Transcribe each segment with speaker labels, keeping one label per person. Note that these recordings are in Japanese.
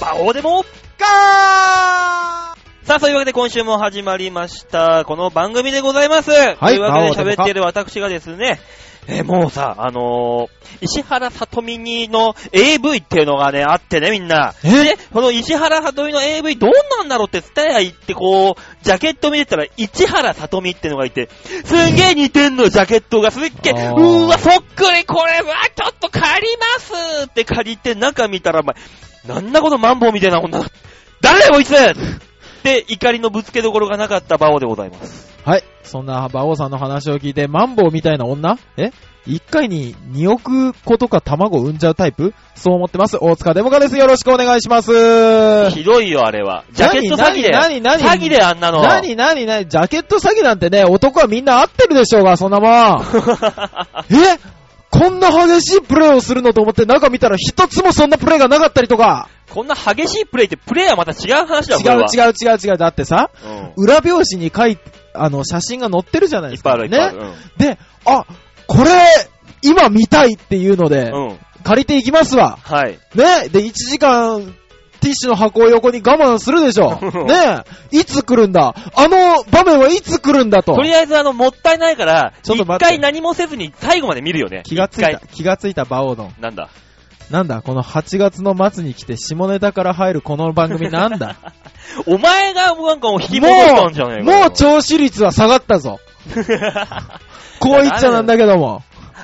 Speaker 1: 魔法でも
Speaker 2: ガー
Speaker 1: さあ、そういうわけで今週も始まりました。この番組でございます。
Speaker 3: はい
Speaker 1: というわけで
Speaker 3: 魔王でも
Speaker 1: 喋
Speaker 3: か
Speaker 1: っている私がですね、えーもうさ、あのー石原さとみにの AV っていうのがね、あってね、みんな。
Speaker 3: え
Speaker 1: この石原さとみの AV どうなんだろうって伝え行ってこう、ジャケット見てたら、市原さとみってのがいて、すんげえ似てんの、ジャケットが。すっげえ、う
Speaker 3: あー
Speaker 1: ーわ、そっくり、これはちょっと借りますって借りて中見たら、お前、なんだこのマンボウみたいな女。誰だこいつって怒りのぶつけどころがなかった馬王でございます。
Speaker 3: はい。そんな、馬王さんの話を聞いて、マンボウみたいな女え一回に2億個とか卵産んじゃうタイプそう思ってます。大塚デモカです。よろしくお願いします。
Speaker 1: ひどいよ、あれは。ジャケット詐欺で。
Speaker 3: 何何何
Speaker 1: 詐欺であんなの。
Speaker 3: 何何何ジャケット詐欺なんてね、男はみんな合ってるでしょうが、そんなもん。えこんな激しいプレーをするのと思って中見たら一つもそんなプレーがなかったりとか。
Speaker 1: こんな激しいプレイって、プレイはまた違う話だ
Speaker 3: 違
Speaker 1: よ、これ
Speaker 3: う
Speaker 1: は。
Speaker 3: 違う違う違う。だってさ、
Speaker 1: うん
Speaker 3: 裏表紙に書いあの、写真が載ってるじゃな
Speaker 1: い
Speaker 3: いで
Speaker 1: っ
Speaker 3: す
Speaker 1: ぱいあ
Speaker 3: か。
Speaker 1: る、いっぱいあ
Speaker 3: ね
Speaker 1: る。。
Speaker 3: で、あ、これ、今見たいっていうの
Speaker 1: う
Speaker 3: で、
Speaker 1: ん。うん
Speaker 3: 借りていきますわ。
Speaker 1: はい。。
Speaker 3: ねで、1時間、ティッシュの箱を横に我慢するでしょ ねいつ来るんだあの場面はいつ来るんだと。
Speaker 1: とりあえず、あの、もったいないから、
Speaker 3: ちょっ
Speaker 1: 一
Speaker 3: と待って
Speaker 1: 回何もせずに最後まで見るよね。
Speaker 3: 気がつい
Speaker 1: 一
Speaker 3: た
Speaker 1: 回。、
Speaker 3: 気がついた馬王の。
Speaker 1: なんだ。
Speaker 3: なんだ、この8月の末に来て下ネタから入るこの番組なんだ
Speaker 1: お前が、なんかもう引き戻ったんじゃねえか
Speaker 3: も う聴取率は下がったぞ。こう言っちゃなんだけども。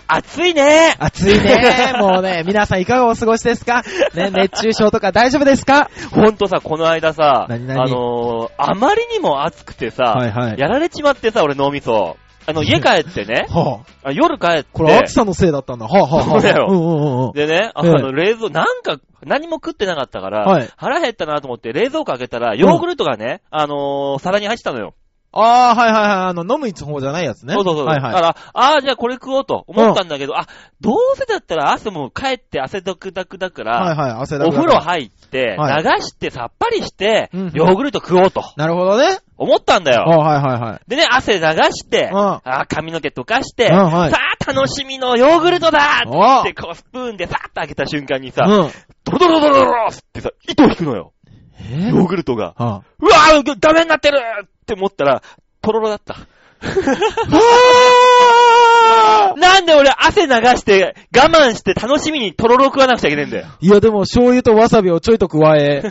Speaker 1: 暑いね。
Speaker 3: 暑い ね。もうね、皆さんいかがお過ごしですかね、熱中症とか大丈夫ですか
Speaker 1: ほんとさ、この間さ、
Speaker 3: 何々
Speaker 1: あのー、あまりにも暑くてさ、
Speaker 3: はいはい、
Speaker 1: やられちまってさ、俺脳みそ。あの、家帰ってね
Speaker 3: はあ、
Speaker 1: あ夜帰って、
Speaker 3: これ暑さのせいだったんだ。はあ、はあ、はあ。
Speaker 1: そうだよ
Speaker 3: うんうんうんうん。
Speaker 1: でね、あ
Speaker 3: ええ
Speaker 1: の、冷蔵、なんか、何も食ってなかったから、
Speaker 3: はい
Speaker 1: 腹減ったなと思って冷蔵庫開けたら、ヨーグルトがね、あのー、皿に入ってたのよ。
Speaker 3: ああ、はいはいはい。あの、飲む一方じゃないやつね。
Speaker 1: そうそうそう。
Speaker 3: はい
Speaker 1: だ
Speaker 3: は
Speaker 1: か
Speaker 3: い。
Speaker 1: ら、ああ、じゃあこれ食おうと思ったんだけど、あ、どうせだったら汗も帰って汗だくだくだから、
Speaker 3: はいはい、汗だく
Speaker 1: お
Speaker 3: だか
Speaker 1: 風
Speaker 3: ら
Speaker 1: 呂入って、
Speaker 3: はい
Speaker 1: 流してさっぱりして、
Speaker 3: うん
Speaker 1: ヨーグルト食おうと
Speaker 3: なるほどね。
Speaker 1: 思ったんだ
Speaker 3: あ
Speaker 1: よ。
Speaker 3: はいはいはい。
Speaker 1: でね、汗流して、
Speaker 3: うん
Speaker 1: あー髪の毛溶かして、
Speaker 3: うんはい
Speaker 1: さあ、楽しみのヨーグルトだ
Speaker 3: お
Speaker 1: ってこう、スプーンでさーっと開けた瞬間にさ、
Speaker 3: うん。
Speaker 1: ドロドロドロドロってさ、糸を引くのよ。
Speaker 3: え
Speaker 1: ヨーグルトが。
Speaker 3: はあ
Speaker 1: うわぁダメになってるって思ったら、とろろだった。なんで俺汗流して我慢して楽しみにとろろ食わなくちゃいけねえんだよ。
Speaker 3: いやでも醤油とわさびをちょいと加 え、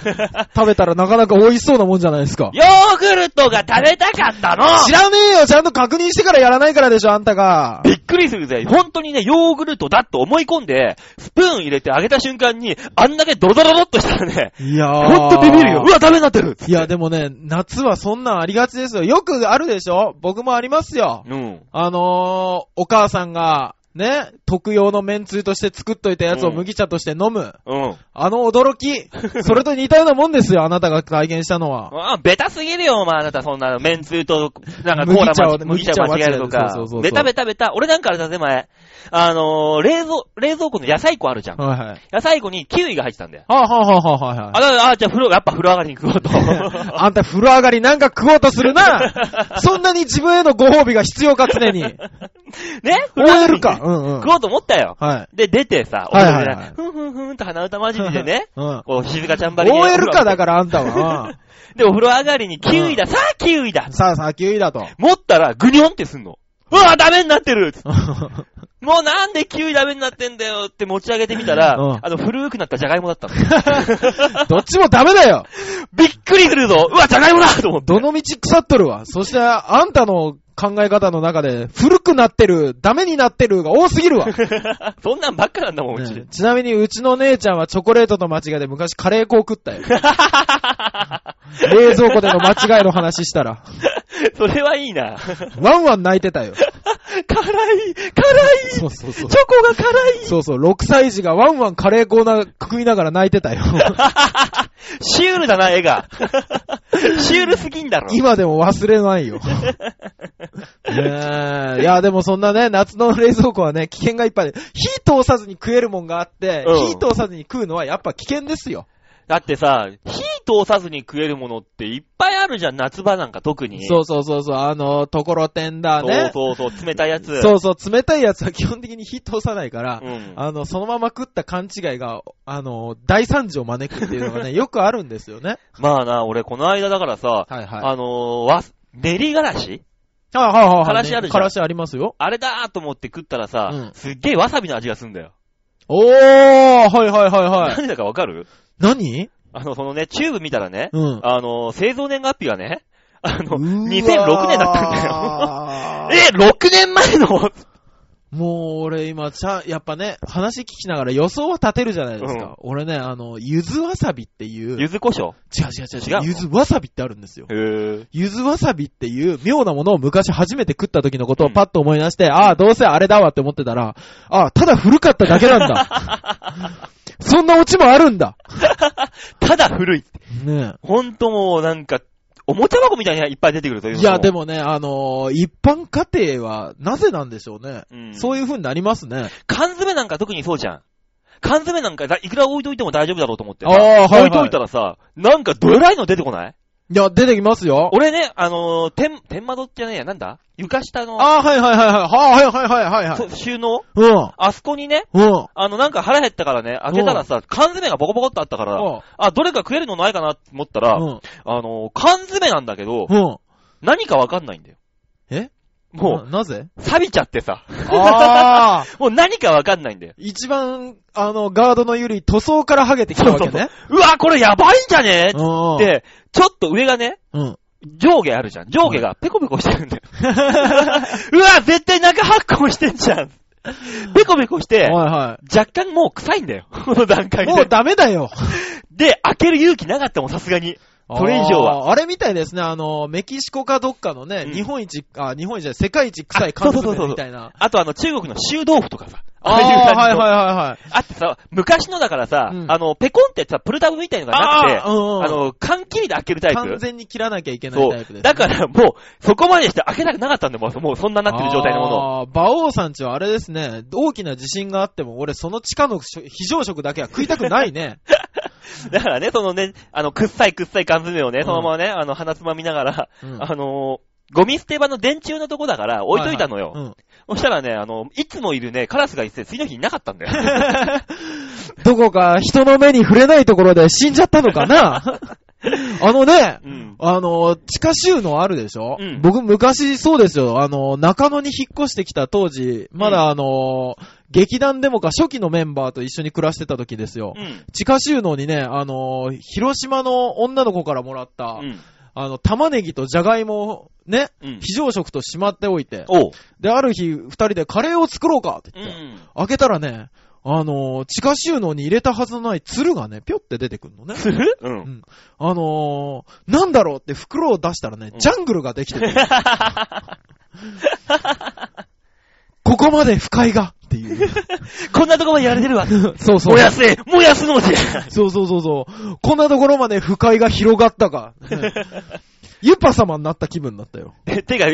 Speaker 3: 食べたらなかなか美味しそうなもんじゃないですか。
Speaker 1: ヨーグルトが食べたかったの
Speaker 3: 知らねえよちゃんと確認してからやらないからでしょ、あんたが。
Speaker 1: びっくりするぜ。本当にね、ヨーグルトだと思い込んで、スプーン入れて揚げた瞬間に、あんだけドロドロドロっとしたらね、
Speaker 3: いやー。
Speaker 1: ほんとビビるよ。うわ、ダメになってる
Speaker 3: いやでもね、夏はそんなんありがちですよ。よくあるでしょ僕もありますよ。
Speaker 1: うん。
Speaker 3: あのー、お母さんが、ね、特用の麺つゆとして作っといたやつを麦茶として飲む。
Speaker 1: うん。
Speaker 3: あの驚き。 それと似たようなもんですよ、あなたが体験したのは。
Speaker 1: あ、ベタすぎるよ、お前、あなた、そんな、麺つゆと、なんかコーラ
Speaker 3: 麦茶
Speaker 1: 間
Speaker 3: を
Speaker 1: 違麦茶間違えると
Speaker 3: 麦茶間
Speaker 1: か
Speaker 3: 違えるそうそうそうそう。
Speaker 1: ベタベタベタ。俺なんかあれだぜ、前。あのー、冷蔵、冷蔵庫の野菜庫あるじゃん。
Speaker 3: はいはい。
Speaker 1: 野菜庫にキウイが入ってたんだよ。
Speaker 3: はあ、はあはあはあは
Speaker 1: あ、だからあ、じゃあ風呂、やっぱ風呂上がりに食おう と。
Speaker 3: い はい。あんた風呂上がりなんか食おうとするなそんなに自分へのご褒美が必要か常に。
Speaker 1: ね風呂上がり
Speaker 3: OL
Speaker 1: に
Speaker 3: か。うんうん。
Speaker 1: 食おうと思ったよ。
Speaker 3: はい。
Speaker 1: で、出てさ、
Speaker 3: はいはいは
Speaker 1: お風
Speaker 3: い、
Speaker 1: 呂でねふんふんふんって鼻歌混じりでね
Speaker 3: うん。
Speaker 1: こう、静かちゃんばりに。
Speaker 3: OL かだ
Speaker 1: か
Speaker 3: からあんたは。
Speaker 1: で、お風呂上がりにキウイだ、さあ、キウイだ
Speaker 3: うん。さあさあ、キウイ だと。
Speaker 1: 持ったら、グニョンってすんの。うわ、ダメになってるもうなんでキウイダメになってんだよって持ち上げてみたら、
Speaker 3: うん
Speaker 1: あの、古くなったジャガイモだったの。
Speaker 3: どっちもダメだよ
Speaker 1: びっくりするぞう わ、ジャガイモだと思って。
Speaker 3: どの道腐っとるわ。そして、あんたの考え方の中で、古くなってる、ダメになってるが多すぎるわ。
Speaker 1: そんなんばっかなんだもん、うちで。
Speaker 3: ねちなみに、うちの姉ちゃんはチョコレートと間違いで昔カレー粉を食ったよ。冷蔵庫での間違いの話したら、
Speaker 1: それはいいな。辛
Speaker 3: ワンワン泣いてたよ。
Speaker 1: い辛いチョ
Speaker 3: そうそうそう。
Speaker 1: コが辛い
Speaker 3: そうそう、6歳児がワンワンカレー粉をな食いながら泣いてたよ。
Speaker 1: シュールだな、絵が。 シュールすぎんだろ。
Speaker 3: 今でも忘れないよ。ねえ。いや、でもそんなね、夏の冷蔵庫はね、危険がいっぱいで、火通さずに食えるもんがあって、
Speaker 1: うん
Speaker 3: 火通さずに食うのはやっぱ危険ですよ。
Speaker 1: だってさ、火通さずに食えるものっていっぱいあるじゃん、夏場なんか特に。
Speaker 3: そうそうそうそう、あの、ところてんだね。
Speaker 1: そうそうそう冷たいやつ。
Speaker 3: そうそう、冷たいやつは基本的に火通さないから、
Speaker 1: うん。
Speaker 3: あの、そのまま食った勘違いが、あの、大惨事を招くっていうのがね、よくあるんですよね。
Speaker 1: まあな、俺この間だからさ、
Speaker 3: はいはい。
Speaker 1: あのー、わ、練りがらし
Speaker 3: あ、はいはいはい。
Speaker 1: からしあるじゃん
Speaker 3: からしありますよ。
Speaker 1: あれだーと思って食ったらさ、
Speaker 3: うん
Speaker 1: すっげーわさびの味がすんだよ。
Speaker 3: おー、はいはいはいはい。
Speaker 1: 何だかわかる
Speaker 3: 何
Speaker 1: あの、そのね、チューブ見たらね、
Speaker 3: うん。
Speaker 1: あのー、製造年月日がね、あの、
Speaker 3: う
Speaker 1: 2006
Speaker 3: ー
Speaker 1: 年
Speaker 3: わー
Speaker 1: だったんだよ。 え、6年前の
Speaker 3: もう俺今、ちゃん、やっぱね、話聞きながら予想は立てるじゃないですか。
Speaker 1: うん
Speaker 3: 俺ね、あの、ゆずわさびっていう、違う
Speaker 1: 柚子胡椒
Speaker 3: 違う違う
Speaker 1: 違うの
Speaker 3: ゆずわさびってあるんですよ。
Speaker 1: へー。
Speaker 3: ゆずわさびっていう妙なものを昔初めて食った時のことをパッと思い出して、ああ、どうせあれだわって思ってたら、ああ、ただ古かっただけなんだ。 そんなオチもあるんだ。
Speaker 1: ただ古い。
Speaker 3: ね
Speaker 1: ほんともうなんか、おもちゃ箱みたいにいっぱい出てくるという
Speaker 3: え。いや、で
Speaker 1: も、
Speaker 3: もね、あのー一般家庭はなぜなんでしょうね。
Speaker 1: うん、
Speaker 3: そういう風になりますね。
Speaker 1: 缶詰なんか特にそうじゃん。缶詰なんかいくら置いといても大丈夫だろうと思ってさ
Speaker 3: ああ、はい、はい。
Speaker 1: 置いといたらさ、なんかどれらいの出てこない
Speaker 3: いや、出てきますよ。
Speaker 1: 俺ね、あのー、天、天窓じゃねえや、なんだ床下の、
Speaker 3: ああ、はいはいはいはい。はあ、はいはいはいはい。
Speaker 1: そ収納
Speaker 3: う
Speaker 1: あそこにね、
Speaker 3: ん。うん。
Speaker 1: あの、なんか腹減ったからね、開けたらさ、缶詰がボコボコっとあったから、あ、どれか食えるのないかなって思ったら、
Speaker 3: うん。
Speaker 1: あのー、缶詰なんだけど、
Speaker 3: うん。
Speaker 1: 何かわかんないんだよ。
Speaker 3: え
Speaker 1: も
Speaker 3: ななぜ
Speaker 1: う、錆びちゃってさ、
Speaker 3: ああ。
Speaker 1: もう何かわかんないんだよ。
Speaker 3: 一番、あの、ガードのゆり、塗装から剥げてきたわけね。
Speaker 1: うわ、これやばいんじゃね
Speaker 3: うんうん
Speaker 1: って、ちょっと上がね、
Speaker 3: うん。
Speaker 1: 上下あるじゃん。上下がペコペコしてるんだよ。 うわ、絶対中発酵してんじ ゃん。ペコペコして、
Speaker 3: は
Speaker 1: 若干もう臭いんだよ。 この段
Speaker 3: いはい。
Speaker 1: 階
Speaker 3: もう
Speaker 1: で。
Speaker 3: ダメだよ。
Speaker 1: で、開ける勇気なかったもん、さすがに。 それ以上は
Speaker 3: あー。あれみたいですね、あの、メキシコかどっかのね、
Speaker 1: うん
Speaker 3: 日本一、あ、日本一じゃない世界一臭い
Speaker 1: あそ
Speaker 3: 缶
Speaker 1: うそうそうそう
Speaker 3: 詰みたいな。
Speaker 1: あとあの、中国の臭豆腐とかさ。ああいう
Speaker 3: あー
Speaker 1: 感
Speaker 3: は
Speaker 1: じ
Speaker 3: い
Speaker 1: の。
Speaker 3: はいはいはい。
Speaker 1: あってさ、昔のだからさ、
Speaker 3: うん
Speaker 1: あの、ペコンってさ、プルタブみたいのがなくて、
Speaker 3: あーうんうん
Speaker 1: あの、缶切りで開けるタイ
Speaker 3: 完
Speaker 1: プ。
Speaker 3: 全に切らなきゃいけない
Speaker 1: そ
Speaker 3: タイプで
Speaker 1: う。
Speaker 3: す。
Speaker 1: だからもう、そこまでして開けたくなかったんだよ、もう、もうそんなになってる状態のものを。
Speaker 3: あー馬王さんちはあれですね、大きな地震があっても、俺その地下の非常食だけは食いたくな いね。
Speaker 1: だからね、そのね、あの、くっさいくっさい缶詰をね、
Speaker 3: うん
Speaker 1: そのままね、あの、鼻つまみながら、
Speaker 3: うん
Speaker 1: あのーゴミ捨て場の電柱のとこだから置いといたのよ。
Speaker 3: はいはいうん
Speaker 1: そしたらね、あの、いつもいるね、カラスがいて、次の日いなかったんだ よ。
Speaker 3: どこか人の目に触れないところで死んじゃったの かなあのね、
Speaker 1: うん。
Speaker 3: あの、地下収納あるでしょ、
Speaker 1: うん
Speaker 3: 僕昔そうですよ。あの、中野に引っ越してきた当時、まだあの、劇団デモか初期のメンバーと一緒に暮らしてた時ですよ。
Speaker 1: うん。
Speaker 3: 地下収納にね、あの、広島の女の子からもらった、
Speaker 1: うん。
Speaker 3: あの、玉ねぎとじゃがいもをね、
Speaker 1: うん。
Speaker 3: 非常食としまっておいて、
Speaker 1: おう。
Speaker 3: で、ある日、二人でカレーを作ろうかって
Speaker 1: う
Speaker 3: 言って、
Speaker 1: ん。
Speaker 3: 開けたらね、あのー地下収納に入れたはずのない鶴がね、ぴょって出てくるのね。
Speaker 1: するう
Speaker 3: うん
Speaker 1: ん。
Speaker 3: あのーなんだろうって袋を出したらね
Speaker 1: う、ん
Speaker 3: ジャングルがで きてる。ここまで不快がっていう。
Speaker 1: こんなとこまでやられてるわ。
Speaker 3: そうそう
Speaker 1: 燃。やせ燃やすのもしれない。
Speaker 3: そうそうそうそう。こんなところまで不快が広がっ たか。ねユパ様になった気分だったよ。
Speaker 1: え 手が、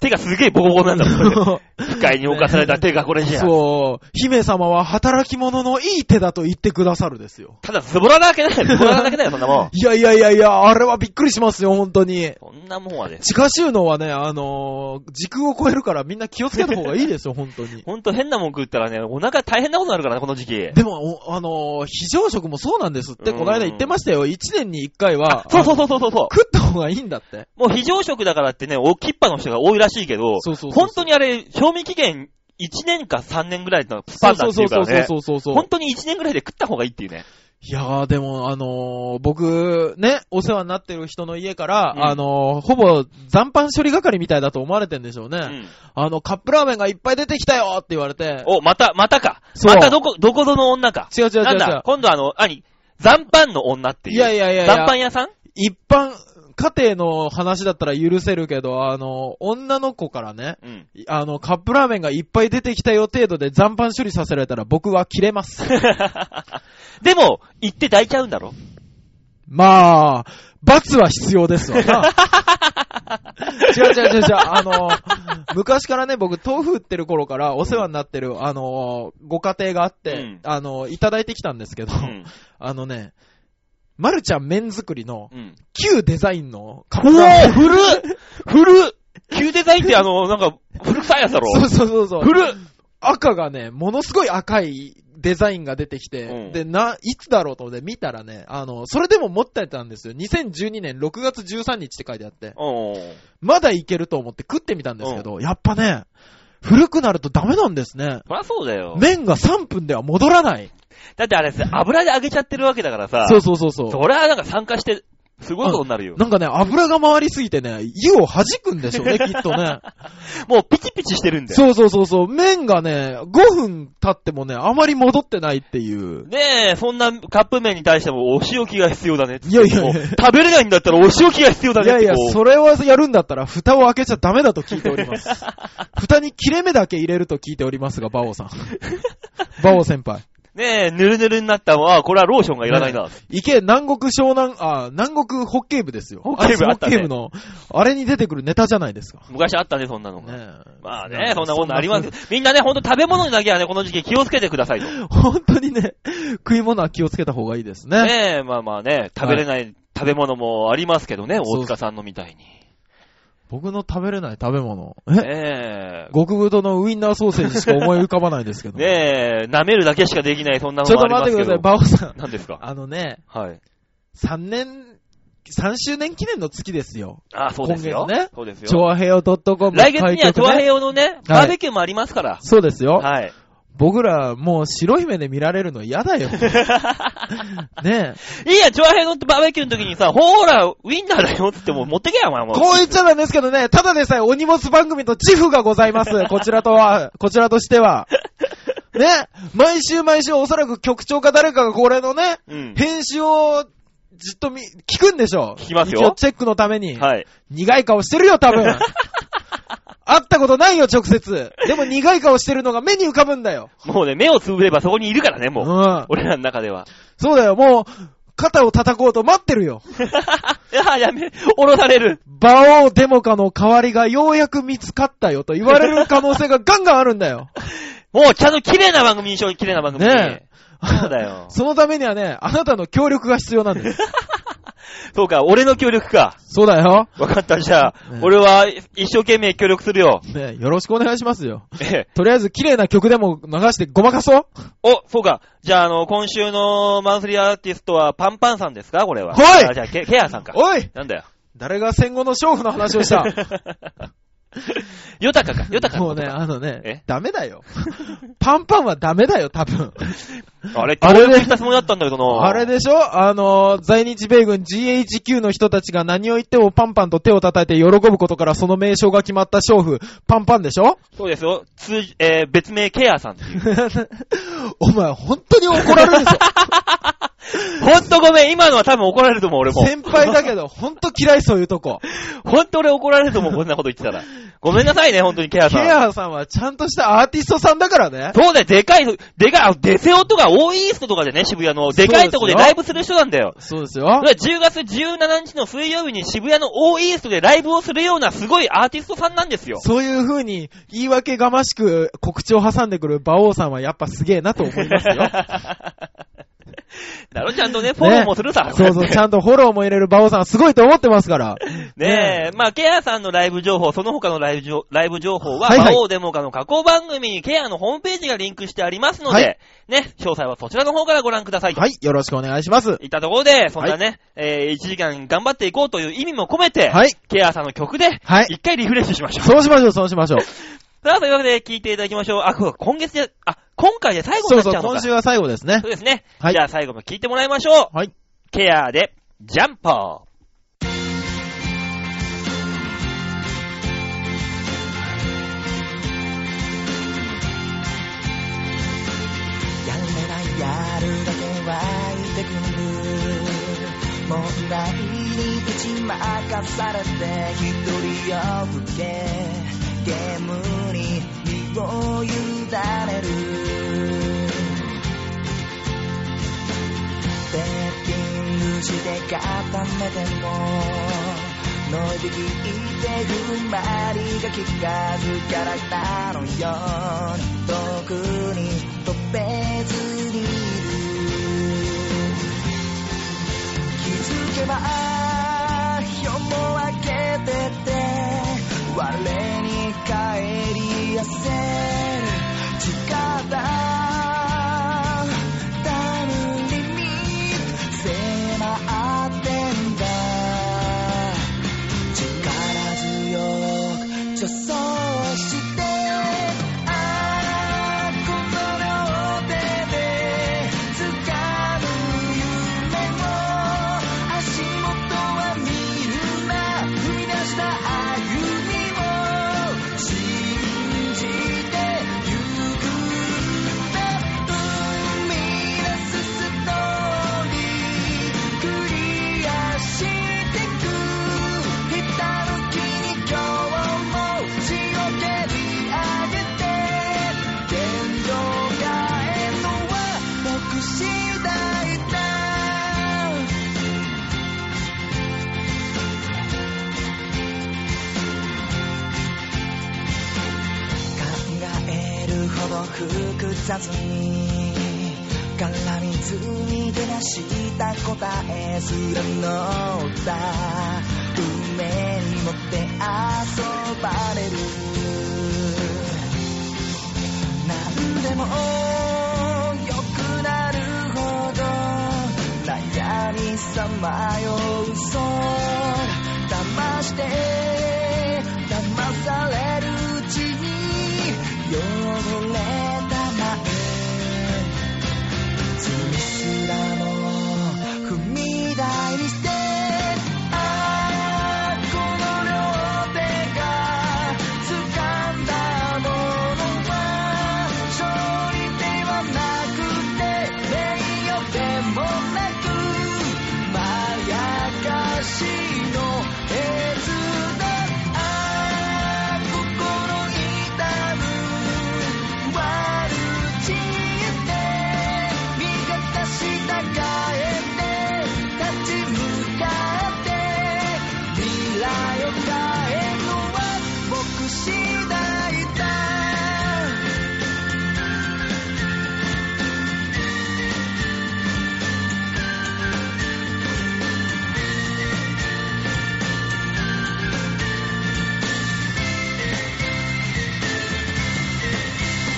Speaker 1: 手がすげえボコボコなんだ もんこれ。不快に侵された手がこれじゃ。
Speaker 3: そう。姫様は働き者のいい手だと言ってくださるですよ。
Speaker 1: ただ、ズボラなわけない。ズボラなわけない よ、そんなもん。
Speaker 3: いやいやいやいや、あれはびっくりしますよ、本当に。
Speaker 1: そんなもんはね、
Speaker 3: 地下収納はね、あのー時空を超えるからみんな気をつけた方がいいで すよ、本当に。
Speaker 1: ほんと変なもん食ったらね、お腹大変なことになるからね、この時期。
Speaker 3: でも、おあのー非常食もそうなんですって、
Speaker 1: うん
Speaker 3: この間言ってましたよ。1年に1回は、
Speaker 1: そうそう
Speaker 3: う。
Speaker 1: そうそうそうそ
Speaker 3: 食った方がいいんだって。
Speaker 1: う。もう非常食だからってね、大きっぱの人が多いらしいけど、
Speaker 3: そうそうそうそう。
Speaker 1: 本当にあれ、賞味期限1年か3年ぐらいのスパンだっていうからね。
Speaker 3: そうそうそうそうそうそう。
Speaker 1: 本当に1年ぐらいで食った方がいいっていうね。
Speaker 3: いやー、でも、あのー僕、ね、お世話になってる人の家から、
Speaker 1: うん
Speaker 3: あのーほぼ残飯処理係みたいだと思われてんでしょうね。
Speaker 1: うん。
Speaker 3: あの、カップラーメンがいっぱい出てきたよって言われて、
Speaker 1: お、また、またか。
Speaker 3: そう
Speaker 1: またどこ、どこぞの女か。
Speaker 3: 違う違う違う違う。
Speaker 1: なんだ、今度あの、何残飯の女っていう。
Speaker 3: いやいやいやいや。
Speaker 1: 残飯屋さん
Speaker 3: 一般家庭の話だったら許せるけど、あの、女の子からね、
Speaker 1: うん。
Speaker 3: あの、カップラーメンがいっぱい出てきたよ程度で残飯処理させられたら僕は切れます。
Speaker 1: でも、行って抱いちゃうんだろ
Speaker 3: まあ、罰は必要です わな。違う違う違う違う、あの、昔からね、僕、豆腐売ってる頃からお世話になってる、あの、ご家庭があって、
Speaker 1: うん
Speaker 3: あの、いただいてきたんですけど、
Speaker 1: うん。
Speaker 3: あのね、まるちゃん麺作りの
Speaker 1: うん。
Speaker 3: 旧デザインのカ
Speaker 1: お
Speaker 3: ップラーメン。
Speaker 1: 古っ 古っ旧デザインってあの、なんか、古臭いやつだろ
Speaker 3: そうそうそうそう。
Speaker 1: 古っ
Speaker 3: 赤がね、ものすごい赤いデザインが出てきて、
Speaker 1: うん
Speaker 3: で、な、いつだろうと思って見たらね、あの、それでも持ってたんですよ。2012年6月13日って書いてあって、
Speaker 1: お
Speaker 3: まだいけると思って食ってみたんですけど、やっぱね、古くなるとダメなんですね。
Speaker 1: そりゃそうだよ。
Speaker 3: 麺が3分では戻らない。
Speaker 1: だってあれさ、油で揚げちゃってるわけだからさ、
Speaker 3: そうそうそうそう。
Speaker 1: そりゃなんか酸化して、すごいことになるよ。
Speaker 3: なんかね、油が回りすぎてね、湯を弾くんでしょ うね、きっとね。
Speaker 1: もうピチピチしてるんだよ。
Speaker 3: そうそうそうそう。麺がね、5分経ってもね、あまり戻ってないっていう。
Speaker 1: ねえ、そんなカップ麺に対してもお仕置きが必要だねっつって。
Speaker 3: いやいやいや
Speaker 1: もう食べれないんだったらお仕置きが必要だ
Speaker 3: い
Speaker 1: ねっ
Speaker 3: や
Speaker 1: て
Speaker 3: いや
Speaker 1: こ、う
Speaker 3: それはやるんだったら、蓋を開けちゃダメだと聞いております。 蓋に切れ目だけ入れると聞いておりますが、バオさん。 バオ先輩。
Speaker 1: ねえ、ぬるぬるになったわ。これはローションがいらないな。
Speaker 3: 池、南国湘南、あ、南国ホッケー部ですよ。
Speaker 1: ホッケー部あ
Speaker 3: アイス
Speaker 1: ったね
Speaker 3: ホッケー部の、あれに出てくるネタじゃないですか。
Speaker 1: 昔あったね、そんなのが。
Speaker 3: ねえ
Speaker 1: まあね、そんなことありますけど。みんなね、ほんと食べ物にだけはね、この時期気をつけてくださいと。
Speaker 3: 本当にね、食い物は気をつけた方がいいですね。
Speaker 1: ねえ、まあまあね、食べれない食べ物もありますけどね、大塚さんのみたいに。
Speaker 3: 僕の食べれない食べ物。え
Speaker 1: ねえ、
Speaker 3: 極太のウインナーソーセージしか思い浮かばないですけ ど。
Speaker 1: ねえ、舐めるだけしかできない、そんな
Speaker 3: ち
Speaker 1: の
Speaker 3: ょっ
Speaker 1: もあ
Speaker 3: と
Speaker 1: りま
Speaker 3: 待っ
Speaker 1: す
Speaker 3: て
Speaker 1: け
Speaker 3: くだ
Speaker 1: ど。
Speaker 3: さい、バオさん。
Speaker 1: 何ですか
Speaker 3: あのね、
Speaker 1: はい。
Speaker 3: 3年、3周年記念の月ですよ。
Speaker 1: あ、そうですよ。
Speaker 3: 今月ね
Speaker 1: そうです
Speaker 3: チョ
Speaker 1: よ。
Speaker 3: アヘヨ .com
Speaker 1: 来月にはチョアヘ
Speaker 3: ヨ。
Speaker 1: ヨのね、バーベキューもありますから。
Speaker 3: そうですよ。
Speaker 1: はい。
Speaker 3: 僕ら、もう白姫で見られるの嫌だ よ。ねえ。
Speaker 1: いいや、チョアヘヨのバーベキューの時にさ、ほーら、ウィンナーだよっつってもう持ってけや、お前もう。
Speaker 3: こう言っちゃなんですけどね、ただでさえお荷物番組と自負がござい ます。こちらとは、こちらとしては。ね、毎週毎週おそらく局長か誰かがこれのね、
Speaker 1: うん。
Speaker 3: 編集をじっとみ、聞くんでしょう。
Speaker 1: 聞きますよ
Speaker 3: 一応チェックのために。
Speaker 1: はい。
Speaker 3: 苦い顔してる よ、多分。会ったことないよ、直接。でも苦い顔してるのが目に浮かぶんだよ。
Speaker 1: もうね、目をつぶればそこにいるからね、
Speaker 3: う
Speaker 1: もう。
Speaker 3: ん。
Speaker 1: 俺らの中では。
Speaker 3: そうだよ、もう、肩を叩こうと待ってるよ。
Speaker 1: ああ、やめ、降ろされる。
Speaker 3: バオデモカの代わりがようやく見つかったよと言われる可能性がガンガンあるん だよ。
Speaker 1: もうちゃんと綺麗な番組にしよう、綺麗な番組に。
Speaker 3: ね。
Speaker 1: そうだよ
Speaker 3: そのためにはね、あなたの協力が必要なんです。
Speaker 1: そうか、俺の協力か。
Speaker 3: そうだよ。
Speaker 1: わかった、じゃあ
Speaker 3: ね、
Speaker 1: 俺は一生懸命協力するよ。
Speaker 3: ねよろしくお願いしますよ。
Speaker 1: ええ
Speaker 3: とりあえず綺麗な曲でも流してごまかそう。
Speaker 1: お、そうか。じゃあ、あの、今週のマンスリーアーティストはパンパンさんですかこれは。
Speaker 3: はい
Speaker 1: あじゃあ、ケケアさんか。
Speaker 3: おい
Speaker 1: なんだよ。
Speaker 3: 誰が戦後の娼婦の話をした
Speaker 1: ヨタカか、ヨタカのこ
Speaker 3: もう
Speaker 1: と
Speaker 3: ね、
Speaker 1: か
Speaker 3: あのね
Speaker 1: え、
Speaker 3: ダメだよ。 パンパンはダメだよ、多分。
Speaker 1: あれ、
Speaker 3: あ
Speaker 1: 協
Speaker 3: れで
Speaker 1: 力したつもりだったんだけどな。
Speaker 3: あれでしょあのー、在日米軍 GHQ の人たちが何を言ってもパンパンと手を叩いて喜ぶことからその名称が決まった娼婦、パンパンでしょ
Speaker 1: そうですよ。通じ、えー、別名ケアさんって いう。
Speaker 3: お前、本当に怒られるぞ。
Speaker 1: ほんとごめん、今のは多分怒られると思う、 俺も。
Speaker 3: 先輩だけど、本当嫌いそういうとこ。
Speaker 1: ほんと俺怒られると思う、こんなこと言ってたら。ごめんなさいね、ほんとにケア
Speaker 3: ケ
Speaker 1: さん。
Speaker 3: アさんはちゃんとしたアーティストさんだからね。
Speaker 1: そうだよ、でかい、でかい、あデセオとかオーイーストとかでね、渋谷の、でかいとこでライブする人なんだよ。
Speaker 3: そうですよ。
Speaker 1: 10月17日の水曜日に渋谷のオーイーストでライブをするようなすごいアーティストさんなんですよ。
Speaker 3: そういう風に言い訳がましく告知を挟んでくる馬王さんはやっぱすげえなと思い ますよ。
Speaker 1: だろ、ちゃんとね、フォローもするさ。こ
Speaker 3: そ う
Speaker 1: やって
Speaker 3: そう、ちゃんとフォローも入れる馬王さんはすごいと思ってますから。
Speaker 1: ねえ、まあ、ケアさんのライブ情報、その他のライブ情ライブ情報は、
Speaker 3: はいはい
Speaker 1: 魔王デモカの加工番組にケアのホームページがリンクしてありますので、
Speaker 3: はい
Speaker 1: ね、詳細はそちらの方からご覧くださいと。
Speaker 3: はい、よろしくお願いします。
Speaker 1: いったところで、そんなね、えー、1時間頑張っていこうという意味も込めて、
Speaker 3: はい、
Speaker 1: ケアさんの曲で、
Speaker 3: はい
Speaker 1: 一回リフレッシュしましょう。
Speaker 3: そうしましょう、そうしましょう。
Speaker 1: さあ、というわけで聞いていただきましょう。あ、そうか今月で、あ、今回で最後
Speaker 3: そ
Speaker 1: に
Speaker 3: う
Speaker 1: なっ
Speaker 3: そ
Speaker 1: ちゃう
Speaker 3: う、
Speaker 1: のか。
Speaker 3: 今週は最後ですね
Speaker 1: そう。ですね。
Speaker 3: はい
Speaker 1: じゃあ最後も聞いてもらいましょう。
Speaker 3: はい。
Speaker 1: ケアで、ジャンパー。
Speaker 2: やるならやるだけ湧いてくる問題に打ち負かされて一人を吹けゲームに身を委ねるベッキングして固めてもノイズ聞いて踏ん張りが効かずキャラクターのように遠くに飛べずにいるけば夜も明けてて我に帰り痩せる力たぬりに迫ってんだ力強く助走してああこの両手で掴む夢を足元はみんな踏み出した歩みを信じてゆく生み出すストーリークリアしてくひたむきに今日も血を蹴り上げて天井がえんのは僕次第だ考えるほど複雑に絡みずに出だした答えすら乗った運命に乗って遊ばれる何でも良くなるほど悩みさまよう空騙して騙されるうちに汚れた前それすらも踏み台にしてああこの両手が掴んだものは勝利ではなくて名誉でもなくまやかしの絵図だああ心痛む悪知恵で味方従えて立ち向かって未来を変えるのは僕次第だ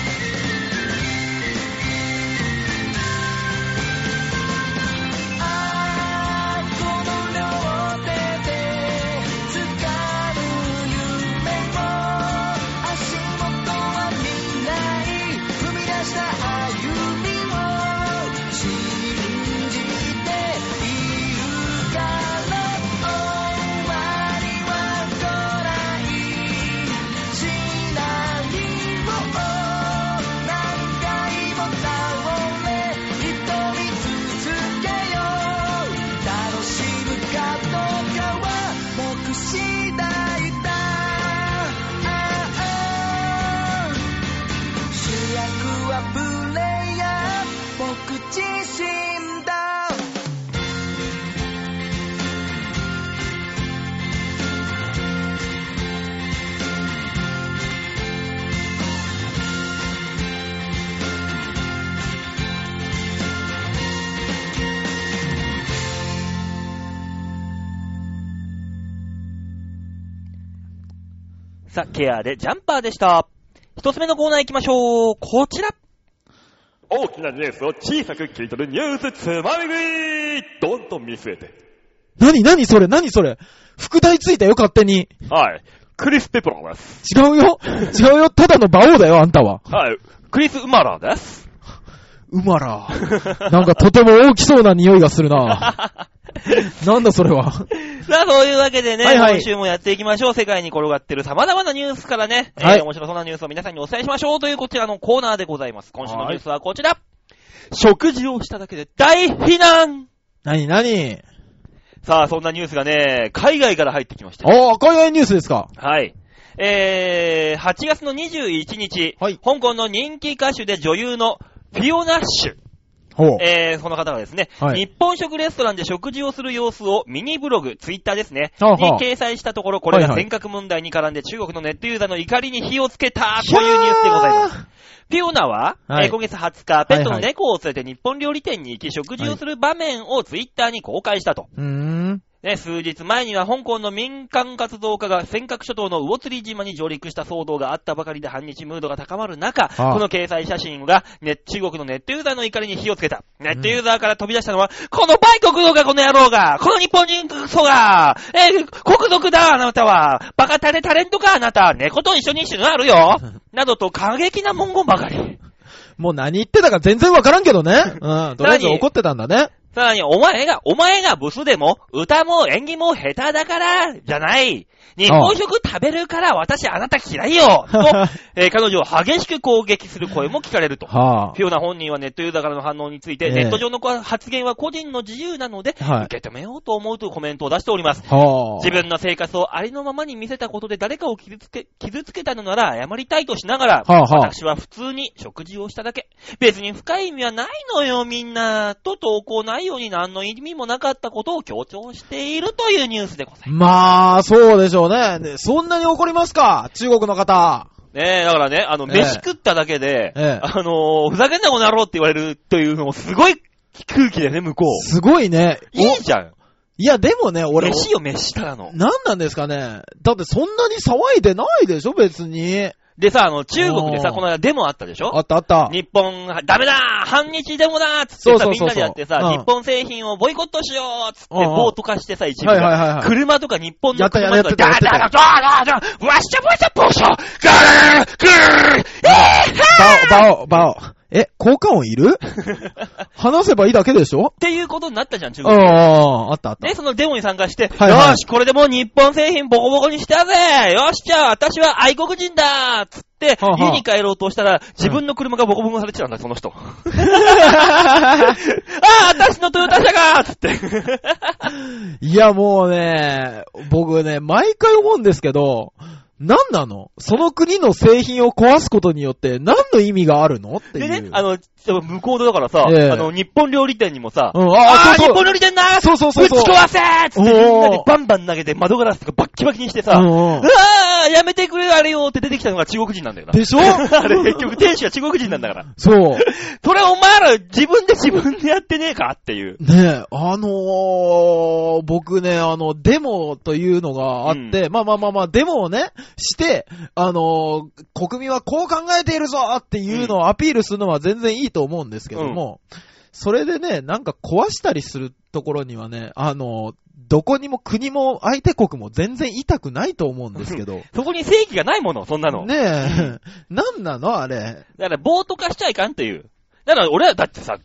Speaker 2: ああこの両手で掴む夢を足元は見ない踏み出した歩みを信じているから終わりは来ないシナリオを何回も倒れ瞳続けよう楽しむかどうかは僕次第だああ主役はプレイヤー僕自身だ
Speaker 1: さあ、ケアでジャンパーでした。一つ目のコーナー行きましょう。こちら。
Speaker 4: 大きなニュースを小さく切り取るニュースつまみ食いどんどん見据えて。
Speaker 3: 何何それ何それ副題ついたよ、勝手に。
Speaker 4: はい。クリス・ペプラーです。
Speaker 3: 違うよ違うよただの馬王だよ、あんたは。
Speaker 4: はい。
Speaker 1: クリス・ウマラーです。
Speaker 3: う まら。なんかとても大きそうな匂いがするな。 なんだそれは。
Speaker 1: さあ、そういうわけでね、
Speaker 3: はいはい
Speaker 1: 今週もやっていきましょう。世界に転がってる様々なニュースからね、
Speaker 3: は
Speaker 1: え
Speaker 3: い
Speaker 1: ー面白そうなニュースを皆さんにお伝えしましょうというこちらのコーナーでございます。今週のニュースはこちら。食事をしただけで大避難
Speaker 3: 何何
Speaker 1: さあ、そんなニュースがね、海外から入ってきました。
Speaker 3: おー、海外ニュースですか。
Speaker 1: はい。えー、8月の21日、
Speaker 3: はい
Speaker 1: 香港の人気歌手で女優のフィオナッシュ。
Speaker 3: ほう。
Speaker 1: えー、この方がですね、
Speaker 3: はい
Speaker 1: 日本食レストランで食事をする様子をミニブログ、ツイッターですね、
Speaker 3: はあはあ
Speaker 1: に掲載したところ、これが
Speaker 3: はいはい
Speaker 1: 尖閣問題に絡んで中国のネットユーザーの怒りに火をつけたというニュースでございます。ピューナは、
Speaker 3: はい
Speaker 1: えー今月20日、ペットの
Speaker 3: はいは
Speaker 1: 猫を連れて日本料理店に行き、食事をする場面をツイッターに公開したと。
Speaker 3: うーん。
Speaker 1: ね、数日前には香港の民間活動家が尖閣諸島の魚釣島に上陸した騒動があったばかりで反日ムードが高まる中、
Speaker 3: ああ
Speaker 1: この掲載写真が、ね、中国のネットユーザーの怒りに火をつけた。ネットユーザーから飛び出したのは、この売国のがこの野郎がこの日本人クソがえー国賊だあなたはバカタレタレントかあなた猫と一緒に死ぬあるよなどと過激な文言ばかり。
Speaker 3: もう何言ってたか全然わからん けどね。うん。とりあえず怒ってたんだね。
Speaker 1: さらに、お前が、お前がブスでも、歌も演技も下手だから、じゃない。日本食食べるから私あなた嫌いよと、えー彼女を激しく攻撃する声も聞かれると。
Speaker 3: は
Speaker 1: フィオナ本人はネットユーザーからの反応について、
Speaker 3: ええ
Speaker 1: ネット上の発言は個人の自由なので、
Speaker 3: はい
Speaker 1: 受け止めようと思うというコメントを出しております。
Speaker 3: あ。はあ。
Speaker 1: 自分の生活をありのままに見せたことで誰かを傷つけ、傷つけたのなら謝りたいとしながら、
Speaker 3: はあはあ。
Speaker 1: 私は普通に食事をしただけ。別に深い意味はないのよ、みんな。と投稿内容に何の意味もなかったことを強調しているというニュースでございま
Speaker 3: まあ、そうでしょうね。ねそんなに怒りますか中国の方。
Speaker 1: す。ねえ、だからね、あの、
Speaker 3: ええ
Speaker 1: 飯食っただけで、
Speaker 3: ええ
Speaker 1: あのーふざけんなこの野郎って言われるというのもすごい空気だよね、向こう。
Speaker 3: すごいね。
Speaker 1: いいじゃん。
Speaker 3: いや、でもね、俺、
Speaker 1: 飯よ、飯たらの。
Speaker 3: 何なんですかねだってそんなに騒いでないでしょ別に。
Speaker 1: でさ、あの、中国でさ、
Speaker 3: おー
Speaker 1: この間デモあったでしょ
Speaker 3: あったあった。
Speaker 1: 日本、ダメだ反日デモだつってさ
Speaker 3: そうそうそう
Speaker 1: み
Speaker 3: そう
Speaker 1: んなでやってさ、
Speaker 3: うん
Speaker 1: 日本製品をボイコットしようつって、
Speaker 3: うんうん
Speaker 1: 暴徒化してさ、一部
Speaker 3: はいはいはい
Speaker 1: が
Speaker 3: はい。
Speaker 1: 車とか日本
Speaker 3: や
Speaker 1: の
Speaker 3: ったや
Speaker 1: 車
Speaker 3: っ
Speaker 1: と
Speaker 3: た
Speaker 1: か、ダ
Speaker 3: やっ
Speaker 1: ー
Speaker 3: てた
Speaker 1: ダ
Speaker 3: や
Speaker 1: ーダー
Speaker 3: って
Speaker 1: ダーダーダーワッシャワッシャポーショガーガーガーえーはー
Speaker 3: バオ、バオ、バオ。え、効果音 いる話せばいいだけでしょ
Speaker 1: っていうことになったじゃん、中
Speaker 3: あ
Speaker 1: 国。
Speaker 3: あ、あったあった。
Speaker 1: で、そのデモに参加して、
Speaker 3: はいはい
Speaker 1: よーし、これでもう日本製品ボコボコにしたぜよし、じゃあ私は愛国人だつって
Speaker 3: はあは、あ
Speaker 1: 家に帰ろうとしたら、自分の車がボコボコにされてたんだ、その人。ああ、私のトヨタ車がつって。
Speaker 3: いや、もうね、僕ね、毎回思うんですけど、何なのその国の製品を壊すことによって何の意味があるのっていう。
Speaker 1: でね、あの、ちょ向こうのだからさ、
Speaker 3: ええ
Speaker 1: あの、日本料理店にもさ、
Speaker 3: うん、
Speaker 1: あ
Speaker 3: あ
Speaker 1: あ
Speaker 3: あ、
Speaker 1: ー、
Speaker 3: そ
Speaker 1: 日
Speaker 3: うそ
Speaker 1: 本
Speaker 3: う。
Speaker 1: 料理店だー
Speaker 3: そうそうそうそう
Speaker 1: ぶち壊せーつってみんなで
Speaker 3: おー
Speaker 1: バンバン投げて窓ガラスとかバッキバキにしてさ、
Speaker 3: う
Speaker 1: うわ
Speaker 3: んうん
Speaker 1: ー、やめてくれあれよーって出てきたのが中国人なん だよな。
Speaker 3: でしょ
Speaker 1: あれ、結局店主は中国人なんだから。
Speaker 3: そう。
Speaker 1: それお前ら自分で自分でやってねえかっていう。
Speaker 3: ねえ、あのー、僕ね、あの、デモというのがあって、まあまあまあまあ、デモをね、して、あのー、国民はこう考えているぞっていうのをアピールするのは全然いいと思うんですけども、それでね、なんか壊したりするところにはね、あのー、どこにも国も相手国も全然痛くないと思うんですけど、
Speaker 1: そこに正義がないもの、そんなの。
Speaker 3: ねえ、なんなのあれ。
Speaker 1: だから、暴徒化しちゃいかんっていう。だから、俺らだってさ、